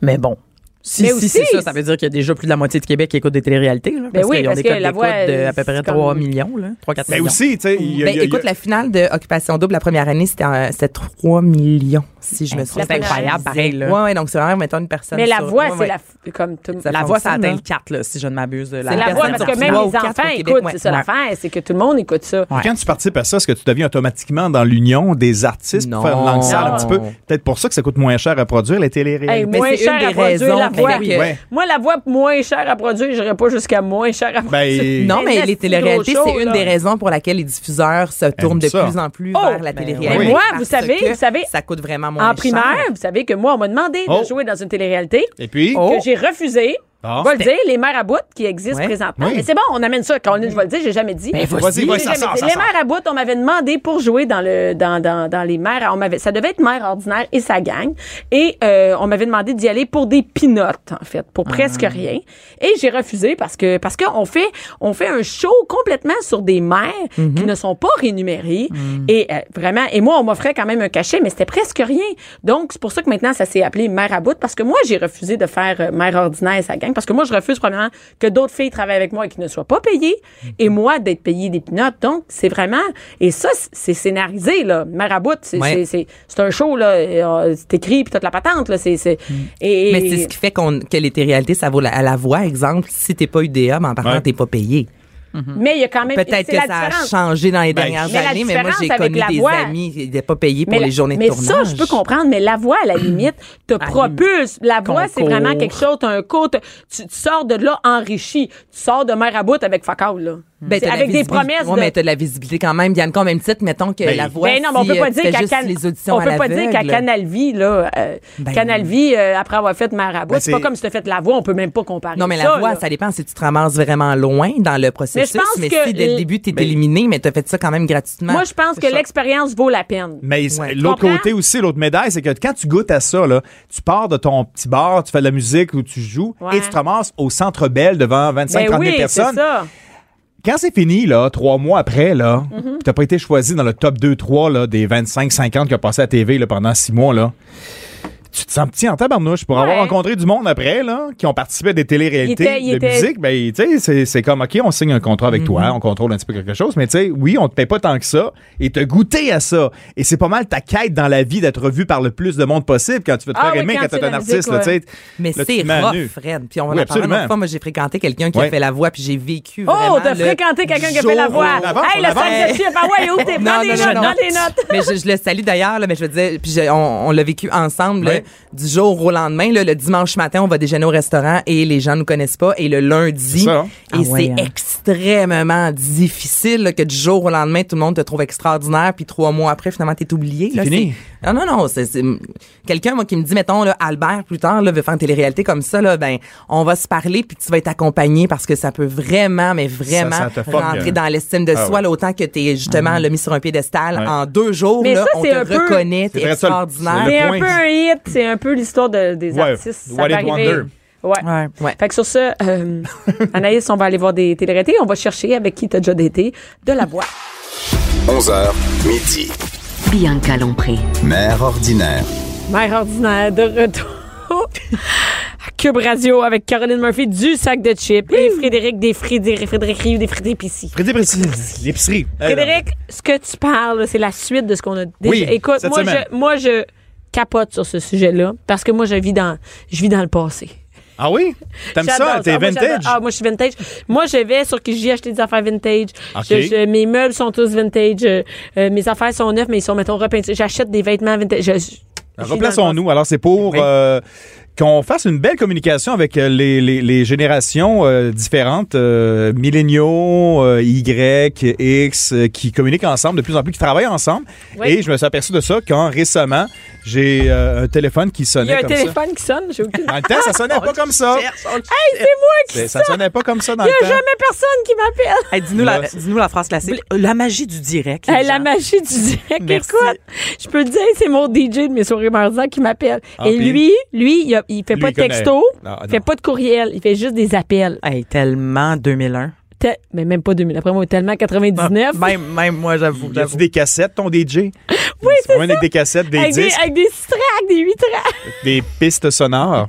Mais bon. Si,
Mais
si
aussi,
c'est ça, ça veut dire qu'il y a déjà plus de la moitié du Québec qui écoute des téléréalités.
Ben
Là,
oui,
qu'ils ont
parce
des
que
codes
la
d'écoute
voix,
de à peu près
c'est
3
comme-
millions, là. 3-4
Mais
millions.
aussi, tu sais, il y a-
Ben,
il y a-
écoute,
il y a-
la finale de Occupation Double, la première année, c'était, euh, c'était 3 millions, si je me souviens.
Ben, C'est incroyable, pareil, là.
Ouais, ouais, donc c'est vraiment, mettons, une personne.
Mais La
sur-
Voix,
ouais,
c'est
ouais.
la... f- Comme tout...
Ça
La voix, ça
fonctionne,
atteint
hein.
le 4, là, si je ne m'abuse. de
C'est
la
la voix,
personne
parce que
sur
même
trois ou
les
quatre au
enfants
Québec,
écoutent,
ouais.
c'est ça l'affaire, c'est que tout le monde écoute ça.
Ouais.
Quand tu participes à ça, est-ce que tu deviens automatiquement dans l'union des artistes
Non.
pour faire langue sale
Non.
un petit peu? Peut-être pour ça que ça coûte moins cher à produire les
Hey,
téléréalités.
Mais
moins
c'est une
cher
des
à produire
raisons
la
qui
voix.
fait que-
Ouais.
Moi, la voix moins chère à produire, j'irais pas jusqu'à moins cher à produire.
Ben,
Non,
Mais c'est
mais les
une grosse
téléréalités,
chose,
c'est une
là.
des raisons pour laquelle les diffuseurs se tournent de
ça.
plus en plus
Oh,
vers la
ben
télé-réalité.
oui.
Moi,
parce
vous savez,
que
vous savez,
Ça coûte vraiment moins
En primaire,
cher.
vous savez que moi, on m'a demandé
Oh.
de jouer dans une télé-réalité
Et puis,
Oh.
que j'ai refusé.
Ah.
Je vais le dire, les mères à bout qui existent
Ouais.
présentement.
Oui. Ben,
Mais c'est bon, on amène ça. Caroline, je vais le dire, j'ai jamais dit.
vas-y, vas-y,
J'ai
ça
jamais
sort,
dit.
ça
les
sort.
mères à bout, on m'avait demandé pour jouer dans le dans, dans, dans les mères. On m'avait, ça devait être mère ordinaire et sa gang. Et euh, on m'avait demandé d'y aller pour des pinottes, en fait, pour
Ah.
presque rien. Et j'ai refusé parce que parce qu'on fait on fait un show complètement sur des mères
Mm-hmm.
qui ne sont pas rémunérées.
Mm.
Et euh, vraiment, et moi, on m'offrait quand même un cachet, mais c'était presque rien. Donc, c'est pour ça que maintenant, ça s'est appelé mère à bout parce que moi, j'ai refusé de faire euh, mère ordinaire et sa gang parce que moi, je refuse probablement que d'autres filles travaillent avec moi et qui ne soient pas payées et
Mhm.
moi d'être payée des pinottes. Donc, c'est vraiment, et ça, c- c'est scénarisé, là. Mère à bout, c'est,
Ouais.
c'est, c'est, c'est un show, là. et, euh, C'est écrit puis toute la patente, là. C'est, c'est, et, et-
Mhm. Mais c'est ce qui fait qu'on, que les téléréalités, ça vaut la, à la voix, exemple. Si t'es pas UDA, mais en partant,
Ouais.
t'es pas payé.
mais il y a quand même, c'est
Peut-être que
la
ça a
différence.
changé dans les
Ben,
dernières
Mais la
années, mais moi, j'ai
différence avec
connu
la
des
voix-
amis qui n'étaient pas payés pour
la-
les journées de
mais
tournage.
ça, je peux comprendre, mais la voix, à la limite, te propulse. La voix, c'est
Concours.
vraiment quelque chose, t'as un cours, t'as- tu, tu sors de là enrichi. Tu sors de mer à bout avec Facal, là.
Ben,
C'est
t'as la
avec des
visibilité.
promesses
Ouais,
de-
mais t'as de la visibilité quand même. Yannick, au même titre, mettons que
Ben,
la voix.
Ben non, mais on
si,
peut pas
euh, tu
dire
fais
qu'à
juste
Can-
les auditions
on
à
peut pas dire
l'aveugle.
qu'à Canal Vie là, euh,
Ben
Canal
non.
Vie euh, après avoir fait Marabout,
Ben,
c'est pas
c'est-
comme si tu fait la voix, on peut même pas comparer.
Non, mais la
ça,
voix,
là.
ça dépend si tu te ramasses vraiment loin dans le processus.
pense
Mais,
que
si dès
l-
le début, t'es
Ben,
éliminé, mais t'as fait ça quand même gratuitement.
Moi, je pense que l'expérience vaut la peine. Ben
Mais c'est-
Ouais.
l'autre
Comprends?
côté aussi, l'autre médaille, c'est que quand tu goûtes à ça, là, tu pars de ton petit bar, tu fais de la musique ou tu joues
Ouais.
et tu te ramasses au centre Bell devant
Ben
25-30 000
oui, c'est
personnes.
ça.
Quand c'est fini, là, trois mois après, là,
Mhm.
t'as pas été choisi dans le top 2-3 là, des 25-50 qui a passé à TV là, pendant six mois, là. Tu te sens petit en tabarnouche pour avoir
Ouais.
rencontré du monde après, là, qui ont participé à des
Il
téléréalités
était- il
de
était- Mhm.
musique. Ben, tu sais, c'est- c'est comme, OK, on signe un contrat avec toi, on contrôle un petit peu quelque chose, mais tu sais, oui, on te paie pas tant que ça, et t'as goûté à ça. Et c'est pas mal ta quête dans la vie d'être vu par le plus de monde possible quand tu veux te
Ah
faire
oui,
aimer,
quand
quand t'es
c'est
un
la
artiste,
musique,
là, tu sais.
Mais
Là, tu
c'est
te mets à nu.
rough, Fred. Puis on va
Oui,
en parler une
absolument.
autre fois. Moi, j'ai fréquenté quelqu'un qui
Ouais.
a fait la voix, puis j'ai vécu
Oh,
vraiment,
t'as
là,
fréquenté quelqu'un qui a fait la
jour
voix.
au l'avance,
Hey, le
au
sac
l'avance.
de chips, ah ouais, où t'es? Prends
Non,
des
non,
notes,
non, non.
prends des notes.
mais je, je le salue d'ailleurs, là, mais je veux dire, puis je- on, on l'a vécu ensemble là,
Oui.
du jour au lendemain. là, le dimanche matin, on va déjeuner au restaurant et les gens nous connaissent pas. Et le lundi,
C'est ça, hein?
et
Ah
c'est
ouais, hein.
extrêmement difficile là, que du jour au lendemain, tout le monde te trouve extraordinaire, puis trois mois après, finalement, t'es oublié. là,
fini.
c'est- Non, non, non. c'est- c'est- Quelqu'un, moi, qui me dit, mettons, là, Albert, plus tard, là, veut faire une télé-réalité comme ça, là, ben, on va se parler, puis tu vas être accompagné parce que ça peut vraiment, mais vraiment
Ça, ça te fuck,
rentrer
hein.
dans l'estime de
Ah
soi,
ouais. Ah
là, autant que t'es justement le mis sur un piédestal
Ouais.
en deux jours,
Mais
là,
ça,
on
c'est
te
un peu-
reconnaît,
C'est
t'es
vrai, ça, le-
extraordinaire.
le
C'est un
point.
peu un hit, c'est un peu l'histoire de- des
Ouais,
artistes. Ça va
What It
arriver.
Wonder.
Ouais.
Ouais.
Ouais.
Fait que sur ce, euh, Anaïs, on va aller voir des télérétés. On va chercher avec qui t'as déjà daté de la voix.
11h, midi.
Bianca Lompré.
Mère ordinaire.
Mère ordinaire de retour à Cube Radio avec Caroline Murphy du sac de chips et Frédéric des Frédéric, Frédéric Rioux des Frédéric Pissy.
Frédéric Brissi, l'épicerie. Euh,
Frédéric, ce que tu parles, c'est la suite de ce qu'on a déjà.
Oui,
Écoute,
cette
moi
semaine.
je, moi, je capote sur ce sujet-là parce que moi, je vis dans, je vis dans le passé.
Ah oui? T'aimes ça?
J'adore
T'es
Ah, moi, j'adore.
vintage?
Ah, moi, je suis vintage. Moi, je vais sur qui j'ai acheté des affaires vintage.
Ok.
Je- je- mes meubles sont tous vintage. Euh, euh, mes affaires sont
Ah,
neuves, mais ils sont, mettons, repeints. J'achète des vêtements vintage. Je- je- j'ai dans le passé.
Replaçons-nous. Alors, c'est pour euh, qu'on fasse une belle communication avec euh, les, les- les générations euh, différentes, euh, milléniaux, euh, Y, X, euh, qui communiquent ensemble de plus en plus, qui travaillent ensemble.
Oui.
Et je me suis aperçu de ça quand récemment, j'ai euh, un téléphone qui
Il y
sonnait
a un
comme
téléphone Oh, qui sonne, j'ai aucune.
ça. Dans le temps, ça sonnait pas comme ça.
hey, c'est moi qui
C'est-
sonne!
Ça sonnait pas comme ça dans
Il n'y
le
a
temps.
jamais personne qui m'appelle.
Hey, dis-nous,
Là,
la, dis-nous la phrase classique. La magie du direct. les
Hey, la
gens.
magie du direct.
Merci.
Écoute, je peux te dire, c'est mon DJ de mes soirées mardisans qui m'appelle.
Ah,
Et
puis?
lui, lui, il, a- il fait
Lui,
pas
il
de texto,
connaît. Ah, Non,
il fait
non.
pas de courriel, il fait juste des appels.
Hey, tellement 2001.
Te- mais même pas 2000. Après moi, tellement 99.
Ah,
Même, même moi, j'avoue.
Y a-tu
j'avoue.
des cassettes, ton DJ? Oui, c'est avec des cassettes, des
avec, des,
disques,
avec des six tracks, des huit tracks.
des pistes sonores,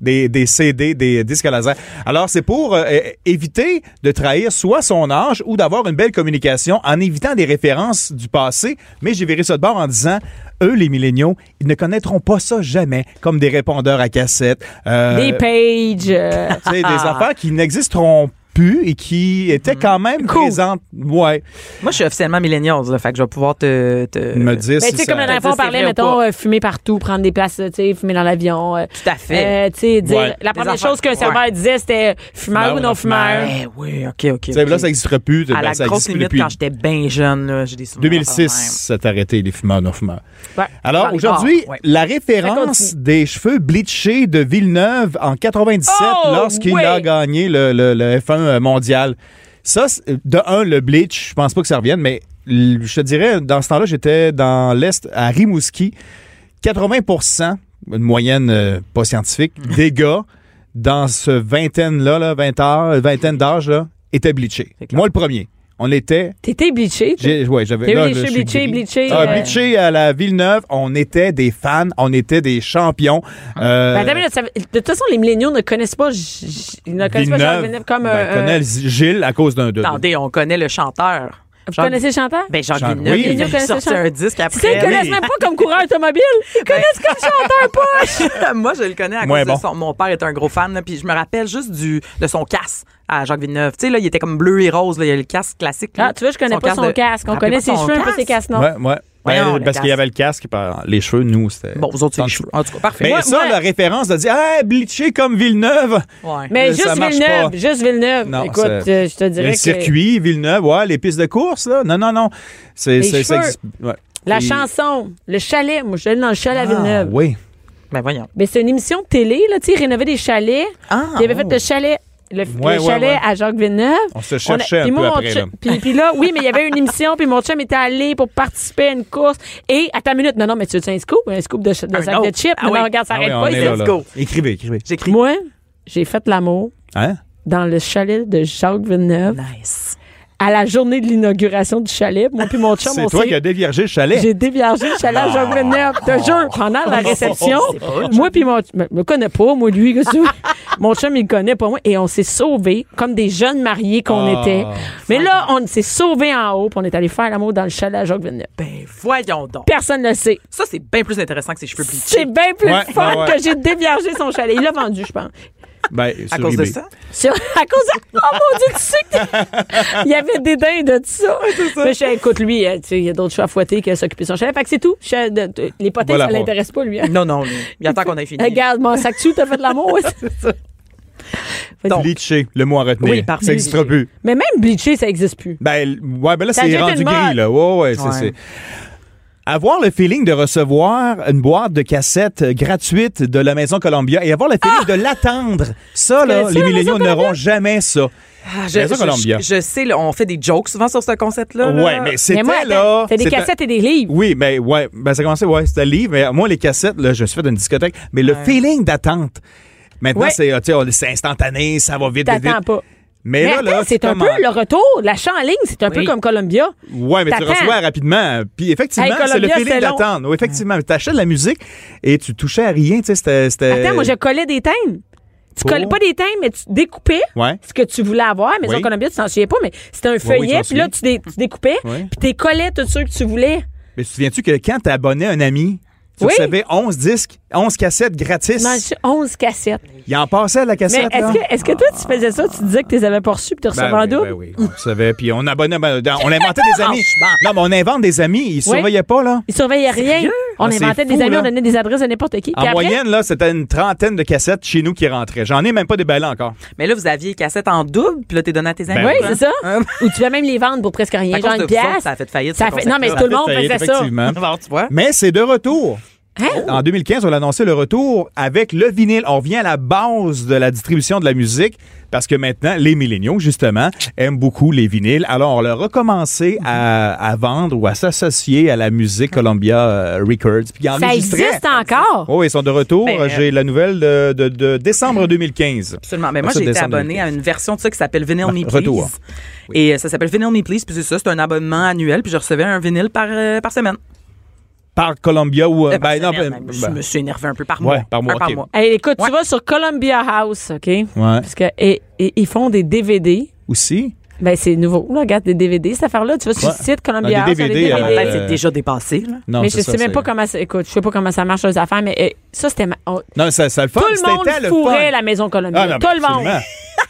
des, des CD, des disques à laser. Alors, c'est pour euh, euh, éviter de trahir soit son âge ou d'avoir une belle communication en évitant des références du passé. Mais j'ai viré ça de bord en disant, eux, les milléniaux, ils ne connaîtront pas ça jamais, comme des répondeurs à cassette. euh,
Des pages. euh,
tu sais, des
Ah.
affaires qui n'existeront plus et qui étaient quand même
Mm-hmm. Cool.
présentes. Ouais.
Moi, je suis officiellement millennials, là, fait que je vais pouvoir te. te-
me dire
ben,
si
tu sais,
ça-
comme la dernière fois, on
c'est
parlait,
vrai ou
mettons,
pas.
euh, fumer partout, prendre des places, euh, tu sais, fumer dans l'avion. euh,
Tout à fait.
euh, tu sais, dire,
Ouais.
la première
affaires-
chose qu'un serveur disait, c'était euh, fumeur ou non fumeur.
Eh oui, OK, OK.
Tu sais,
ok.
Là, ça n'existera plus.
à
Ben,
la
ça
grosse
existe plus
limite,
depuis
quand j'étais bien jeune, là, j'ai des souvenirs.
2006,
quand
ça t'a arrêté, les fumeurs non-fumeurs.
Ouais.
Dans
Alors,
les
aujourd'hui,
bars, ouais.
la
Ça
référence
continue.
des cheveux bleachés de Villeneuve en 97
Oh,
lorsqu'il
ouais.
a gagné le, le- le F1 mondial. Ça, c'est- de un, le bleach, je pense pas que ça revienne, mais l- je te dirais, dans ce temps-là, j'étais dans l'Est, à Rimouski. 80 une moyenne euh, pas scientifique, des gars dans ce vingtaine-là, là, 20 heures- vingtaine d'âge, là, étaient bleachés.
C'est clair.
Moi, le premier. On était
T'étais bleaché. toi.
j'ai- ouais, j'avais
T'as eu
là,
les
là,
cheveux
je suis
bleachés,
gris.
bleachés,
Ah,
euh,
bleachés à la Villeneuve, on était des fans, on était des champions. Euh,
Ben, attends une minute, ça- de toute façon, les milléniaux ne connaissent pas, J- J- ils ne connaissent pas Jean Villeneuve comme.
ben,
euh,
connaît
euh,
Gilles à cause d'un de.
même. Attendez, on connaît le chanteur.
vous connaissez le chanteur?
Ben, Jean
Jean-
Villeneuve,
oui.
il a
Villeneuve
sorti
connaissait
un disque
Tu sais, ils
après.
connaissent même pas comme coureur automobile. Ils connaissent comme chanteur poche.
Moi, je le connais à
Moins
cause
bon.
de son... Mon père est un gros fan, là, puis je me rappelle juste du... de son casque à Jacques Villeneuve. Tu sais, là, il était comme bleu et rose, là, il y a le casque classique. là.
Ah, tu vois, je connais pas son
de-
casque. On
Rappelez
connaît
pas
ses
son
cheveux, un peu ses
casque.
casques, non?
Ouais, ouais. Ben,
Voyons, le
parce qu'il y
casque.
avait le casque, par- les cheveux, nous, c'était.
Bon, vous autres, c'est
Tant de
les cheveux. En tout cas, parfait.
Mais
Moi-
Ben, ça,
moi-
la référence de dire, hey, bleaché comme Villeneuve.
Ouais.
Mais
Euh, ça
juste
marche
Villeneuve,
pas.
juste Villeneuve.
Non,
Écoute,
c'est-
euh, je te
Il y a
dirais
le
que
circuit, Villeneuve, ouais, les pistes de course, là. Non, non, non. C'est,
Les
c'est- ça
cheveux.
existe- ouais.
la
Et-
chanson, le chalet, moi, je suis allée dans le chalet à
Ah,
Villeneuve.
oui.
Ben, voyons.
Mais c'est une émission de télé, là, tu sais, ils rénovaient des chalets.
Ah,
Ils avaient fait le chalet. Le, le
oh. Ouais, ouais,
chalet
ouais.
à Jacques Villeneuve.
On
On
se
a-
cherchait un
puis
peu
moi, mon
après, là.
chum- Puis, puis là, oui, mais il y avait une émission, puis mon chum était allé pour participer à une course. Et, attends une minute, non, non, mais tu veux un scoop? Un scoop de, ch- de
Un
sac
autre.
de chips?
Ah
non,
oui.
non, regarde, ça
Ah oui,
arrête
on
pas.
est
ici.
là, là.
go.
Écrivez, écrivez.
J'écris.
Moi, j'ai fait l'amour
Hein?
dans le chalet de Jacques Villeneuve
Nice.
à la journée de l'inauguration du chalet. Moi puis mon chum,
C'est
on
toi
s'est-
qui as déviergé le chalet.
J'ai déviagé le chalet à Jacques Villeneuve. Te jure, pendant la réception, moi puis mon... Je me connais pas, moi, lui. qu'est-ce que tu veux? mon chum, il le connaît pas, moi. Et on s'est sauvés comme des jeunes mariés qu'on
Ah.
était. Mais là, on s'est sauvés en haut, puis on est allé faire l'amour dans le chalet à Jacques Villeneuve.
Ben, voyons donc.
Personne ne le sait.
Ça, c'est bien plus intéressant que ses cheveux
C'est
bleachés.
bien plus
Ouais,
fort
ouais, ouais.
que j'ai déviagé son chalet. Il l'a vendu, je pense.
Ben,
À
sur
cause de
eBay.
ça?
Sur- à cause de... Oh mon Dieu, tu sais que... Il y avait des dindes de tout ça. Mais je suis, écoute, lui, euh, tu sais, il y a d'autres chats à fouetter que s'occuper de son chalet. Fait que c'est tout. Je suis, euh, de- de- les potins,
Voilà.
ça l'intéresse pas, lui. hein.
Non, non, il attend qu'on ait fini.
Regarde, mon sac tu t'as fait de l'amour.
Donc,
Bleaché, le mot à retenir.
Oui, pardon.
Ça n'existera plus.
Mais même bleacher, ça n'existe plus.
Ben, l- ouais, ben là,
Ça
c'est
jette
rendu
une mode.
gris, là. Ouais, ouais, c'est-
Ouais.
c'est- Avoir le feeling de recevoir une boîte de cassettes gratuite de la Maison Columbia et avoir le feeling de l'attendre. Ça,
connais-tu Ah!
là, les
la
milléniaux
Maison
n'auront jamais Ben, ça.
Ah, je,
Maison
je-
Columbia.
je- je sais, là, on fait des jokes souvent sur ce concept-là. là.
Ouais, mais c'était
Mais moi,
là.
attends, t'as des
c'était-
cassettes et des livres.
Oui, mais ouais, ben ça commençait, ouais, c'était le livre. Mais moi, les cassettes, là, je suis fait d'une discothèque. Mais le feeling d'attente. Maintenant,
Ouais.
c'est, euh, tu sais, on- c'est instantané, ça va vite, vite,
T'attends
vite.
pas.
Mais,
Mais
là, là,
attends, c'est
tu
un peu
commandes.
le retour. L'achat en ligne, c'est un peu
Oui.
comme Columbia.
Ouais, mais tu
T'attends.
reçois rapidement. Puis effectivement,
Hey,
c'est le
Columbia,
feeling
c'était long.
d'attendre. Oui, effectivement, tu achètes de la musique et tu touchais à rien. Tu sais, c'était. c'était-
Attends, moi, je collais des thèmes. Tu
Pour-
collais pas des thèmes, mais tu découpais
Ouais.
ce que tu voulais avoir. Mais
Oui.
en Columbia, tu t'en souviens pas, mais c'était un
oui,
feuillet,
j'en
puis là, tu, dé- tu découpais,
Oui.
puis tu collais tous ceux que tu voulais.
Mais tu te souviens-tu que quand tu abonnais un ami, tu
Oui.
recevais 11 disques, 11 cassettes gratis.
J'en ai 11 cassettes.
Il en passait à la
Mais
cassette. là.
est-ce que, est-ce que toi, tu faisais ça, tu disais que tu les avais pas reçus, puis tu
Ben
recevais en
oui,
double?
ben oui, on le savait. Puis on abonnait, ben, dans- on inventait des amis.
Franchement.
Non, mais on invente des amis. Ils ne surveillaient pas, là.
Ils surveillaient rien. On
Ah, c'est
inventait
fou,
des amis,
là.
on donnait des adresses à n'importe qui. Puis
En
après,
moyenne, là, c'était une trentaine de cassettes chez nous qui rentraient. J'en ai même pas déballé encore.
Mais là, vous aviez les cassettes en double, puis là, t'es donné à tes amis.
Ben
Oui,
Hein?
c'est ça.
Hein?
Ou tu vas même les vendre pour presque rien.
À
Genre
cause de
une
vous autres,
pièce.
ça a fait faillite.
Ça
ce
fait- non, mais
concept-là.
tout le monde
Ça y est,
faisait ça.
effectivement.
Alors, tu vois.
Mais c'est de retour.
Hein?
En 2015, on a annoncé le retour avec le vinyle. On revient à la base de la distribution de la musique parce que maintenant, les milléniaux, justement, aiment beaucoup les vinyles. Alors, on leur a commencé à, à vendre ou à s'associer à la musique Columbia euh, Records. Puis ils
Ça
enregistraient.
existe encore.
Oh, ils sont de retour.
Ben, euh,
J'ai la nouvelle de, de- de
Ah.
décembre 2015.
Absolument. Mais moi,
Ça,
j'ai été
décembre
abonné
2015.
à une version de ça qui s'appelle Vinyl Me Please.
Ben, retour.
Et euh, ça s'appelle Vinyl Me Please, puis c'est ça, c'est un abonnement annuel, puis je recevais un vinyle par, euh, par semaine.
Par Columbia ou... euh,
Euh, par
ben, non,
semaine,
ben,
même. je me suis énervé un peu par
Ouais,
mois.
par mois,
Un par
ok.
mois.
Hey, écoute,
Ouais.
tu vas sur Columbia House, OK?
ben, ouais.
Parce que et, et- ils font des DVD.
Aussi.
Ben, c'est nouveau. Là, regarde, des DVD, cette affaire-là. Tu vas sur
Ouais.
le site
Des
Columbia House. ils ont
DVD,
Ah,
Euh,
peut-être c'est déjà dépassé, là.
Non,
mais
c'est
je
ça,
sais même
c'est-
pas comment ça. Écoute, je sais pas comment ça marche leurs affaires, mais euh, ça, c'était. ma- on-
Non, ça, ça le fun.
tout le
C'était
monde
le
fourrait
fun.
la maison Columbia.
Ah, non,
tout le monde.
absolument.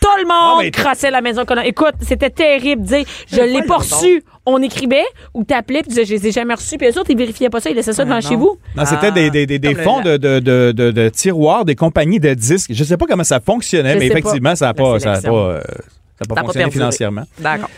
Tout le
Ah,
monde
mais-
crassait la maison Columbia. Écoute, c'était terrible. de Dire, je
Mais
l'ai
voyons
pas reçu. On écrivait ou t'appelais puis tu disais, je les ai jamais reçus. Puis eux autres, ils vérifiaient pas ça. Ils laissaient ça devant
Ah,
chez
non.
vous.
Non, c'était
Ah,
des, des, des, des
comme
fonds de,
le-
de, de, de, de tiroirs des compagnies de disques. Je sais pas comment ça fonctionnait,
Je
mais
sais pas.
effectivement, ça n'a
La
pas, ça a pas,
sélection.
euh, ça a pas
Ça a pas
fonctionné
perduré.
financièrement.
D'accord.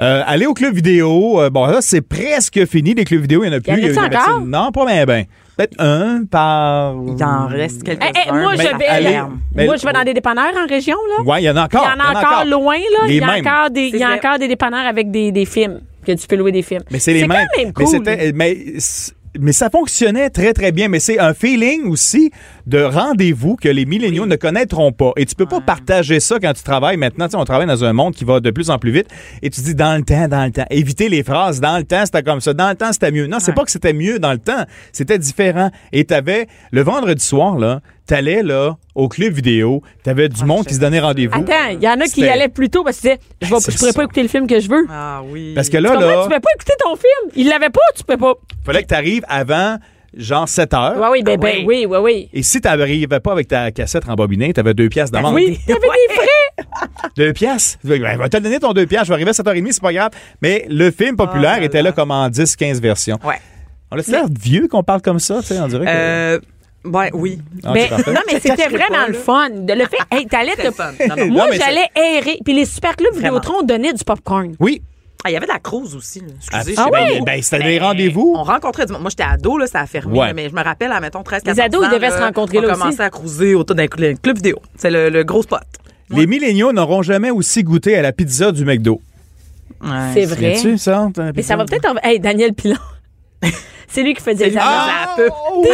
Euh, aller au club vidéo, euh, bon, là, c'est presque fini. Des clubs vidéo, il n'y en a plus.
en
Il
a-tu
eu une
encore?
vaccine. Non, pas bien, ben. Peut-être un par.
Il en reste quelques-uns.
Hey, hey, Eh, Ah. moi,
mais
je vais,
allez,
là,
mais-
moi, je vais dans des dépanneurs en région, là.
Ouais, Ah, il y en a
Il
encore.
y en a encore loin, là.
Les
Il y a
mêmes.
encore des, il y a
C'est vrai.
encore des dépanneurs avec des, des films, que tu peux louer des films.
Mais c'est les
quand
mêmes.
même
Mais
cool.
c'était- eh, Mais, c- mais ça fonctionnait très, très bien. Mais c'est un feeling aussi de rendez-vous que les milléniaux ne connaîtront pas. Et tu peux pas
Ah.
partager ça quand tu travailles maintenant. Tu sais, on travaille dans un monde qui va de plus en plus vite. Et tu dis dans le temps, dans le temps. Éviter les phrases dans le temps, c'était comme ça. Dans le temps, c'était mieux. Non, c'est pas que c'était mieux dans le temps. C'était différent. Et t'avais, le vendredi soir, là, t'allais, là, au club vidéo. T'avais du monde qui se donnait rendez-vous.
Ah, Attends, il y en a qui y
C'était- Ah,
allaient plus tôt parce que tu disaient, je vais-
C'est
je pourrais
ça.
pas écouter le film que je veux.
Ah oui.
Parce que là,
Tu comprends?
là,
Tu pouvais pas écouter ton film. Il l'avait pas, tu pouvais pas.
fallait que t'arrives avant, genre 7 heures.
Ouais, oui, ben,
Ah oui.
ben, oui, oui, oui.
Et si t'arrivais pas avec ta cassette rembobinée, t'avais deux pièces d'amende.
Oui, t'avais des frais.
Deux pièces. Ben, ben, va te donner ton deux pièces. Je vais arriver à 7h30, c'est pas grave. Mais le film populaire
Oh là
était là
là.
comme en 10, 15 versions.
Ouais.
On a l'air vieux qu'on parle comme ça, tu sais, on dirait que.
Euh, ouais, oui.
Ah,
Ben,
c'est parfait.
non, mais c'était
cacherai
vraiment
pas,
le
là.
fun. De le fait, hey, t'allais te.
Non, non.
Moi,
Non, mais c'est-
j'allais errer. Puis les super clubs
Vraiment.
Vidéotron donnaient du popcorn.
Oui.
Ah, il y avait de la crouse aussi. là. Excusez,
Ah
je sais
oui?
pas.
Ben, c'était des rendez-vous.
On rencontrait du monde. Moi, j'étais ado, là, ça a fermé.
Ouais.
là, mais je me rappelle, à mettons 13
Les
14
ados, ils
ans,
devaient se rencontrer là
On
aussi.
commençait à cruiser autour d'un cl- club vidéo. C'est le, le gros spot.
Les milléniaux n'auront jamais aussi goûté à la pizza du McDo.
Ouais.
C'est vrai.
tu ça? ta
Mais
pizza?
ça va peut-être. en- Hey, Daniel Pilon. C'est lui qui faisait les annonces.
Ah, oui!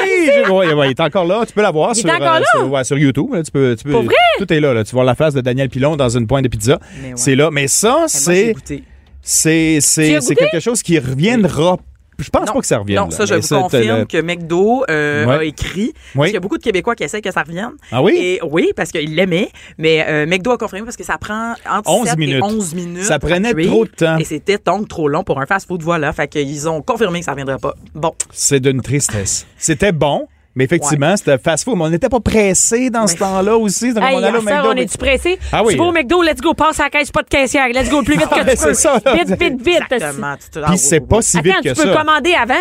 je- ouais, ouais, il est encore là. Tu peux la voir
Il est
sur, euh,
encore là?
sur, ouais, sur YouTube. là. Tu peux, tu peux-
Pour vrai?
Tout est là, là. Tu vois la face de Daniel Pilon dans une pointe de pizza.
Mais ouais.
C'est là. Mais ça,
Et moi, j'ai
c'est.
goûté.
C'est,
Tu
c'est,
as goûté?
c'est quelque chose qui reviendra. Je pense
Non.
pas que ça revienne.
Non,
là,
ça, je
mais
vous
c'est,
confirme
euh,
que McDo euh,
Ouais.
a
Oui.
écrit. Parce qu'il y a beaucoup de Québécois qui essaient que ça revienne.
Ah oui?
Et oui, parce qu'ils l'aimaient. Mais euh, McDo a confirmé parce que ça prend entre
11
7
minutes.
et 11 minutes.
Ça
à
prenait
cuire.
trop de temps.
Et c'était donc trop long pour un fast-food, voilà. Fait qu'ils ont confirmé que ça ne reviendrait pas. Bon.
C'est d'une tristesse. C'était bon, mais effectivement, c'était fast-food. Mais on n'était pas pressé dans ce
Mais-
temps-là aussi. Donc
Hey,
on allait au
on, sort,
McDo,
on
mais-
est-tu pressé?
Ah oui.
Tu vas au McDo, let's go, passe à la caisse, pas de caissière. Let's go, le plus vite
Ah,
que
mais
tu
c'est
peux.
ça, là.
Vite, vite, vite.
Exactement. Tu te-
Puis c'est pas si vite
Attends,
que
tu
ça.
peux commander avant.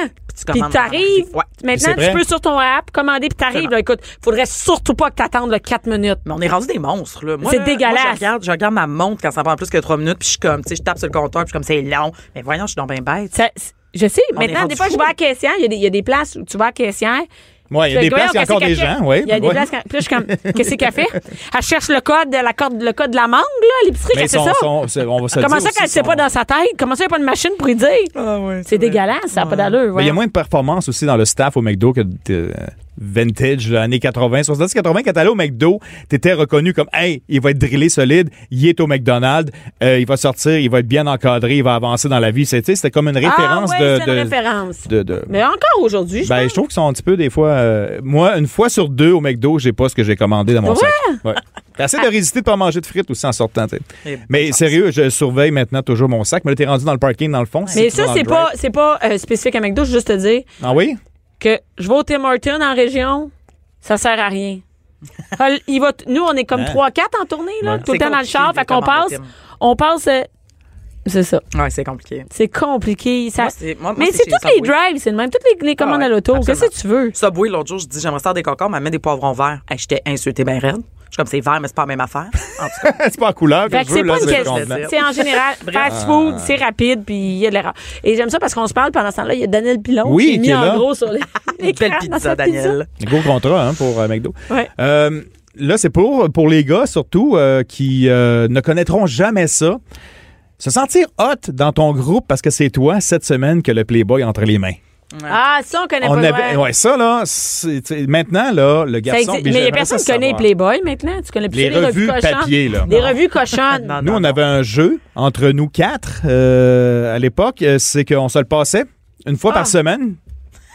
Puis
tu commandes
t'arrives.
avant. Ouais.
C'est
Maintenant,
vrai.
tu peux sur ton app commander puis t'arrives. Là, écoute, faudrait surtout pas que t'attendes là, 4 minutes.
Mais on est rendu des monstres, là. Moi,
C'est
là,
dégueulasse.
Moi, je, regarde, je regarde ma montre quand ça prend plus que trois minutes, puis je suis comme, tu sais, je tape sur le compteur, puis je suis comme, c'est long. Mais voyons, je suis donc bien bête.
Ça- c- je sais.
On est
Maintenant,
rendu
des fois, je
fou.
vais à la caissière. Il y a des- il y, a des places où tu vas à la caissière.
Ouais, il y a
Tu
des
fais,
places, il y a
Voyons,
encore des
qu'est-ce qu'elle
gens.
fait?
ouais,
Il y a des
ouais.
places. quand- Puis là, je suis comme, qu'est-ce qu'elle fait? Elle cherche le code, de la corde, le code de l'amende, là, à l'épicerie,
Mais
qu'elle sait
son-
ça.
son- c'est- on va se le
Comment
dire
ça qu'elle
aussi,
sait
son-
pas dans sa tête? Comment ça, il n'y a pas de machine pour y dire?
Ah,
Ah,
c'est dégueulasse, ça n'a pas d'allure.
Mais il y a
voyons.
moins de performance aussi dans le staff au McDo que de euh, vintage, là, années 80. 70, 80, quand t'allais au McDo, t'étais reconnu comme, hey, il va être drillé solide, il est au McDonald's, euh, il va sortir, il va être bien encadré, il va avancer dans la vie. C'était c'était comme une référence
ah, ouais,
de.
c'est une
de-
référence.
de- de-
Mais encore aujourd'hui, je
Ben,
pense.
je trouve qu'ils sont un petit peu des fois. euh, moi, une fois sur deux au McDo, j'ai pas ce que j'ai commandé dans
Ah
mon
Ouais. Eh,
sac. Ouais. T'as assez de résister de pas manger de frites aussi en sortant. tu sais.
Et
Mais
bonne
sérieux, je surveille maintenant toujours mon sac. Mais là, t'es rendu dans le parking dans le fond. si
Mais
tu vas
ça,
dans
c'est
le
pas,
drive.
c'est pas euh, spécifique à McDo. Je veux juste te dire
Ah oui?
que je vais au Tim Hortons en région, ça sert à rien. Ah, Il
Hein?
va t- nous, on est comme 3-4 en tournée, là, tout
C'est
le temps dans le
compliqué
char.
de
Fait qu'on
commander
passe,
au Tim.
on passe euh, C'est ça.
Ouais, c'est compliqué.
C'est compliqué. Ça...
Moi, c'est- moi- moi,
mais
c'est
c'est
chez
tous les
Subway.
drives, c'est le même. Toutes les, les commandes
Ah ouais,
à l'auto. Qu'est-ce
absolument.
que tu veux?
Subway, l'autre jour, je dis j'aimerais ça des concords, mais elle met des poivrons verts. Hey, J'étais insultée bien raide. Je suis comme c'est vert, mais c'est pas la même affaire. En tout cas,
c'est pas en couleur que
Fait
je
que
veux,
c'est
là,
pas une
c'est
question.
convenant.
C'est en général fast food, c'est rapide, puis il y a de l'erreur. Et j'aime ça parce qu'on se parle pendant ce temps-là. Il y a Daniel Pilon
Oui,
qui est mis
qui est
en
là.
gros sur les.
une belle pizza, Daniel.
Gros contrat hein, pour euh, McDo.
Ouais.
Euh, là, c'est pour, pour les gars surtout euh, qui euh, ne connaîtront jamais ça. Se sentir hot dans ton groupe parce que c'est toi cette semaine que le Playboy a entre les mains.
Ah, ça, on connaît
On
pas.
avait-
ouais.
ouais, ça là, c'est- tu sais, maintenant là, le
Ça
garçon.
existe. mais
puis
il y a
j'aimerais
personne
ça
qui connaît
savoir.
Playboy maintenant. Tu connais plus
Les
les, revues
revues
cochonnes.
papier, là.
Des revues cochonnes.
Nous, on avait un jeu entre nous quatre euh, à l'époque, euh, c'est qu'on se le passait une fois
Ah.
par semaine.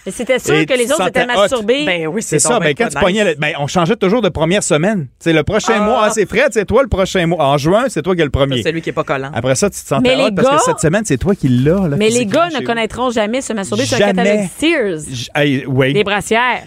Mais C'était sûr
Et
que
tu
les autres
sentais
étaient
hot.
masturbés.
Ben oui,
C'est
c'est
ça,
donc
ben,
bien
quand
pas
tu pognais,
nice.
le- ben, on changeait toujours de première semaine. C'est le prochain mois, ah, c'est Fred, c'est toi le prochain mois. En juin, c'est toi qui as le premier.
C'est celui qui est pas collant.
Après ça, tu te
Mais
sentais
les
hot parce
gars-
que cette semaine, c'est toi qui l'as. là,
mais
qui
les gars
s'éclenche
ne
chez
connaîtront jamais se masturber sur un
Jamais.
catalogue Sears.
vous. J- hey, oui.
Des brassières.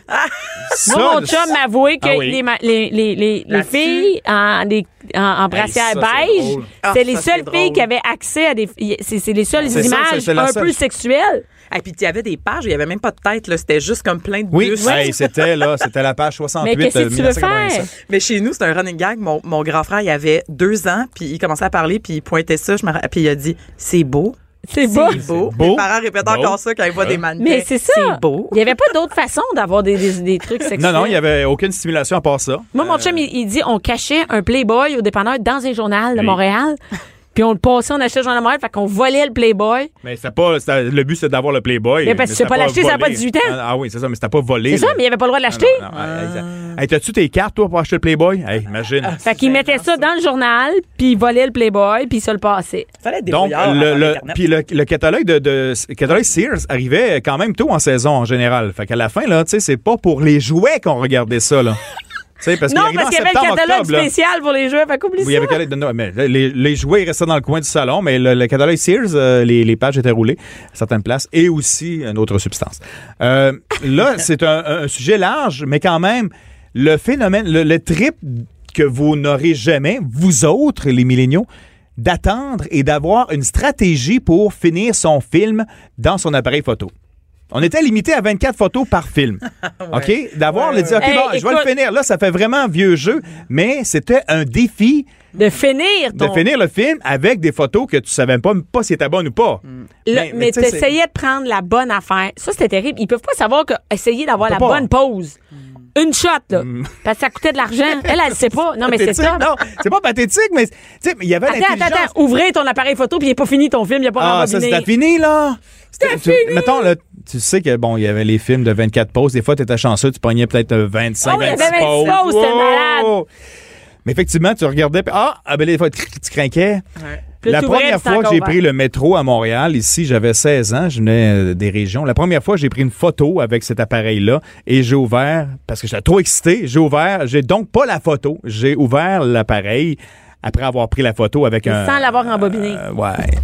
Ça,
Moi, mon
là,
chum m'a avoué que
Ah oui.
les, ma- les, les, les, les filles en, des, en, en brassière
ça, c'est
beige,
drôle.
Ah,
c'est les
ça, c'est
seules
drôle.
filles qui avaient accès à des. C'est c'est les seules
C'est ça,
images
c'est la
un
seule.
peu sexuelles.
Et puis, il y avait des pages, où il y avait même pas de tête, là. C'était juste comme plein de
Oui,
bus.
hey, c'était là, c'était la page 68.
Mais qu'est-ce
euh,
que tu veux
1985.
faire?
Mais chez nous, c'est un running gag. Mon, mon grand frère, il avait deux ans, puis il commençait à parler, puis il pointait ça, je me ra- puis il a dit C'est beau.
C'est beau.
beau.
beau.
Mes parents répètent
Beau.
encore ça quand ils voient
Ouais.
des mannequins.
Mais c'est ça.
C'est beau.
Il n'y avait pas d'autre façon d'avoir des, des, des trucs sexuels.
Non, non, il n'y avait aucune stimulation à part ça.
Moi, mon
Euh.
chum, il, il dit on cachait un Playboy au dépanneur dans un journal de
Oui.
Montréal. Puis on le passait, on achetait le journal de Montréal, fait qu'on volait le Playboy.
Mais c'était pas, c'était- le but, c'est d'avoir le Playboy.
Mais parce que tu
c'était
peux pas l'acheter, ça n'a pas
volé.
18 ans.
Ah, ah oui, c'est ça, mais c'était pas volé.
C'est ça,
là.
mais il avait pas le droit de l'acheter.
Ah, Non, non, hey, ça- hey, t'as-tu tes cartes, toi, pour acheter le Playboy? Hey, imagine.
Fait qu'il mettait ça dans le journal, puis il volait le Playboy, puis il se le passait.
Fallait être
Donc,
débrouillard
le,
avant
le-
l'Internet.
puis le, le catalogue de, de- le catalogue Sears arrivait quand même tôt en saison en général. Fait qu'à la fin, là, tu sais, c'est pas pour les jouets qu'on regardait ça, là. Tu sais, parce qu'il
non,
arrivait
parce qu'il
en
y avait
septembre,
le catalogue
octobre, là.
spécial pour les joueurs, fait qu'oublie
Oui, il y
ça.
avait le catalogue de Noël, mais les, les jouets ils restaient dans le coin du salon, mais le, le catalogue Sears, euh, les, les pages étaient roulées à certaines places et aussi une autre substance. Euh, là, c'est un, un sujet large, mais quand même, le phénomène, le, le trip que vous n'aurez jamais, vous autres, les milléniaux, d'attendre et d'avoir une stratégie pour finir son film dans son appareil photo. On était limité à 24 photos par film. OK? D'avoir le dire, OK,
Hey,
bon, je vais
écoute-
le finir. Là, ça fait vraiment vieux jeu, mais c'était un défi
De finir
de
ton...
finir le film avec des photos que tu savais pas, pas si étaient bonnes ou pas.
Mm. le-
Mais- mais
mais
tu sais, c'est-
t'essayais de prendre la bonne affaire. Ça, c'était terrible. Ils peuvent pas savoir que essayer d'avoir
On
la
peut pas. Mm.
bonne pause. Une shot, là. Parce que ça coûtait de l'argent. Elle, elle sait pas. Non, mais c'est
Pathétique,
ça.
Non, c'est pas pathétique, mais tu sais, mais il y avait
Attends, attends,
l'intelligence.
attends. Ouvrez ton appareil photo, puis il n'est pas fini ton film, il n'est pas
Ah, ça,
rembobiné.
c'était fini, là! C'était
fini!
Mettons, là, tu sais que, bon, il y avait les films de 24 pauses. Des fois, t'étais chanceux, tu pognais peut-être euh, 25,
Ah oui, il y avait
26
26
pauses.
pauses, c'était malade.
Mais effectivement, tu regardais, puis ah, ah, ben, des fois, tu tu craquais.
Puis là,
La
t'ouvrais,
première
puis c'est
fois que
encore
j'ai
ouvert.
pris le métro à Montréal, ici, j'avais 16 ans, je venais euh, des régions. La première fois, j'ai pris une photo avec cet appareil-là et j'ai ouvert, parce que j'étais trop excité, j'ai ouvert, j'ai donc pas la photo, j'ai ouvert l'appareil après avoir pris la photo avec un...
Sans l'avoir rembobiné.
hein. Euh, ouais.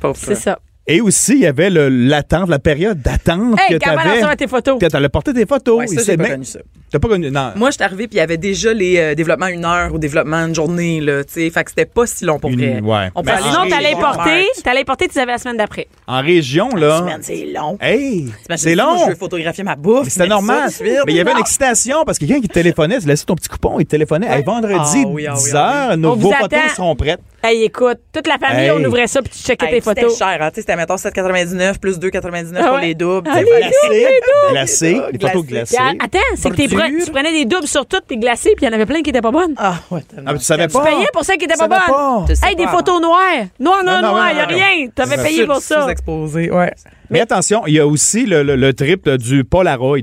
Pauvre
C'est
ça.
ça.
Et aussi, il y avait le- l'attente, la période d'attente
Hey,
que
Gabin, attention à
t'avais.
tes photos.
Que t'allais porter tes photos.
Ouais, ça,
Il
j'ai
sait
pas
bien-
connu ça.
T'as pas connu, non.
Moi, je suis arrivée, puis il y avait déjà les euh, développements une heure ou développements une journée, là, tu sais. Fait que c'était pas si long pour
Une-
vrai.
ouais.
On peut
Ben,
aller
Sinon,
chez
t'allais
Walmart.
porter, t'allais porter, tu les avais la semaine d'après.
En région,
Une
là.
semaine, c'est long.
Hey,
T'imagines,
c'est
moi,
long.
Je veux photographier ma bouffe.
Mais C'était
mettre ça
normal.
tout de suite.
Mais il y avait une
Non.
excitation parce que quelqu'un qui téléphonait, tu laissais ton petit coupon, il téléphonait. Hey, vendredi,
Ah oui, ah oui,
10
ah
h nos
On
vos
vous attend.
photos seront prêtes.
Hey, écoute, toute la famille,
Hey.
on ouvrait ça, puis tu checkais
Hey,
tes
puis
photos.
C'était cher, hein. Tu sais, C'était, mettons, 7,99 plus 2,99
Ah
pour
ouais.
les doubles.
Ah,
C'est
les
voilà.
doubles, les
Glacé,
doubles.
des photos glacées.
Glacé.
Puis, a- Attends, c'est que t'es
Bordure.
pre- tu prenais des doubles sur toutes, puis glacées, puis il y en avait plein qui n'étaient pas bonnes.
Ah, ouais,
Ah, mais tu savais
Tu
pas.
payais pour celles qui n'étaient
Ça
pas
va
bonnes.
pas.
Je sais
Hey, des
pas,
photos noires. Noir, noir,
Non, non,
noir,
non,
il n'y a
non,
rien. T'avais
C'est
payé pour ça. Ah
exposé, ouais.
Mais attention, il y a aussi le, le- le trip du Polaroid.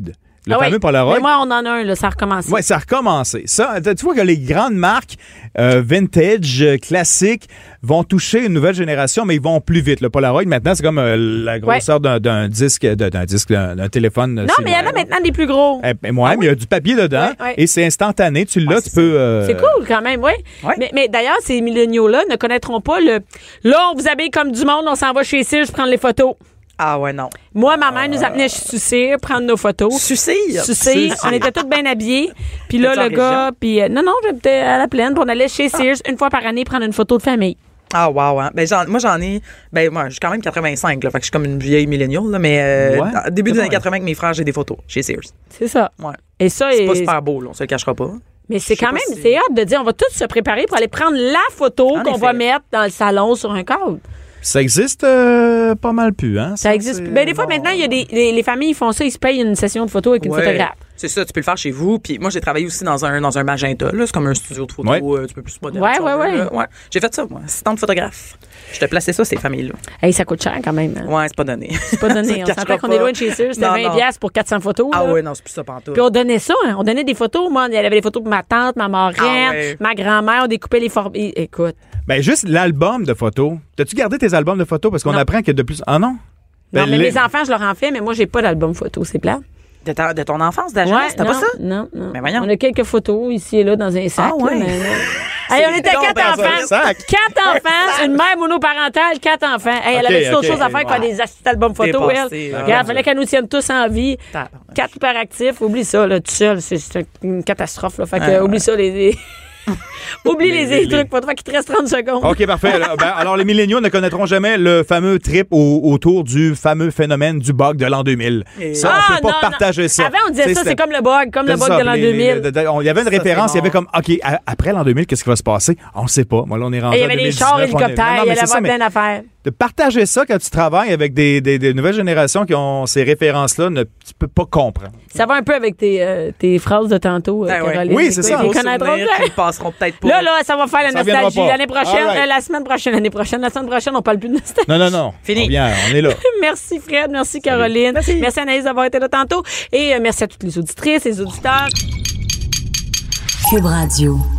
Le
Ah ouais.
fameux Polaroid.
Mais moi, on en a un, là, ça recommence.
Ouais, ça a recommencé. Ça, t- tu vois que les grandes marques euh, vintage, euh, classiques, vont toucher une nouvelle génération, mais ils vont plus vite. Le Polaroid, maintenant, c'est comme euh, la grosseur d'un- d'un disque, de- d'un disque, d'un d'un téléphone. euh,
Non, mais il y en a maintenant des plus
Eh,
gros.
moi, mais il y a du papier dedans
Ouais, ouais.
et c'est instantané. Tu l'as,
Ouais,
tu
c'est
peux. euh,
C'est cool quand même, oui.
Ouais.
Mais, mais d'ailleurs, ces milléniaux-là ne connaîtront pas le là, on vous habille comme du monde, on s'en va chez Cire, je prends les photos.
Ah, ouais, non.
Moi, ma mère nous amenait chez Cire prendre nos photos.
Sucille.
Sucir, on était tous bien habillés. Puis là,
T'es-tu en
le gars, puis euh, non, non, j'étais à la plaine, puis on allait chez Sears une fois par année prendre une photo de famille.
Ah, wow, hein. Ben, j'en- moi, j'en ai. Ben, moi, j'ai quand même 85, là. Fait que je suis comme une vieille milléniale, là. Mais, euh,
Ouais.
dans- début des
C'est
années
vrai.
80, avec mes frères, j'ai des photos chez Sears.
C'est ça.
Ouais.
Et ça,
C'est pas
et-
super beau, là. On se le cachera pas.
mais c'est
je sais
quand
pas
même,
si-
c'est hâte de dire, on va tous se préparer pour aller prendre la photo
En
qu'on va
effet.
mettre dans le salon sur un cadre.
Ça existe euh, pas mal plus, hein?
Ça existe.
c'est-
plus. Ben, des fois, maintenant, il y a des, les, les familles font ça, ils se payent une session de photo avec une
Ouais.
photographe.
C'est ça, tu peux le faire chez vous. Puis moi, j'ai travaillé aussi dans un, dans un magenta. là. C'est comme un studio de photo
Ouais.
euh, un petit peu plus moderne.
Ouais,
si on
ouais,
veut,
ouais.
là. ouais. J'ai fait ça, moi. Assistant de photographe. Je te plaçais ça, ces familles-là.
Hey, ça coûte cher quand même. hein.
Ouais, c'est pas donné.
C'est pas donné.
Ça
on s'entend
cachera
qu'on est
pas.
loin de chez Sears. C'était
Non,
20
non.
piastres pour 400 photos.
Ah
là.
ouais, non, c'est plus ça pantoute.
Puis on donnait ça, hein. on donnait des photos. Moi, il y avait des photos pour ma tante, ma marraine,
Ah ouais.
ma grand-mère, on découpait les formes. É- Écoute,
Ben, juste l'album de photos. T'as-tu gardé tes albums de photos? Parce qu'on
Non.
apprend que de plus. Ah non?
non,
Ben,
mais
les-
mes enfants, je leur en fais, mais moi, j'ai pas d'album photo, c'est plat.
De, ta- de ton enfance, de la jeunesse, t'as
non,
pas ça?
Non, non.
Mais voyons.
On a quelques photos ici et là dans un sac.
Ah ouais.
là, mais non. Hey, on était
donc
quatre
dans un
enfants.
sac.
Quatre enfants, une mère monoparentale, quatre enfants. Hey, elle
Ok,
avait toute autre
ok.
chose à faire que faire des astuces d'albums photo, elle.
Dépassée, là.
Regarde, fallait qu'elle nous tienne tous en vie.
Tabarnak.
Quatre hyperactifs, oublie ça, là, tout seul, c'est- c'est une catastrophe, là. Fait que,
Ouais, ouais.
oublie ça, les. les- oublie les, les trucs pour toi qui te reste 30 secondes.
OK, parfait. Alors, ben, alors, les milléniaux ne connaîtront jamais le fameux trip au- autour du fameux phénomène du bug de l'an 2000. Ça, on
Ah,
peut pas
non,
partager
non.
ça.
Avant, on disait
Tu sais,
ça, c'est
c'était-
comme le bug, comme le
c'était
bug
ça,
de l'an
les- les-
2000.
de- de- on- Il y avait une
Ça, c'est
référence, il y avait
bon.
comme, OK, à- après l'an 2000, qu'est-ce qui va se passer? On ne sait pas. Moi, là, on est rendu
Il y
en
avait des chars,
2019, on est- Non,
hélicoptères,
non,
il y
mais c'est
avait
ça, mais
plein d'affaires.
de partager ça quand tu travailles avec des, des- des nouvelles générations qui ont ces références-là, ne, tu peux pas comprendre.
Ça va un peu avec tes, euh, tes phrases de tantôt, euh,
Ben ouais.
Caroline.
Oui, c'est ça.
Ils
Vos
connaîtront
souvenirs
ça.
qui passeront peut-être pour.
Là, là, ça va faire la
Ça reviendra
nostalgie.
pas.
L'année prochaine,
All right.
euh, la semaine prochaine, l'année prochaine, la semaine prochaine, on parle plus de nostalgie.
Non, non, non.
Fini.
On, vient, on est là.
Merci Fred, merci Caroline. Merci, Anaïs d'avoir été là tantôt. Et euh, merci à toutes les auditrices, les auditeurs.
Cube Radio.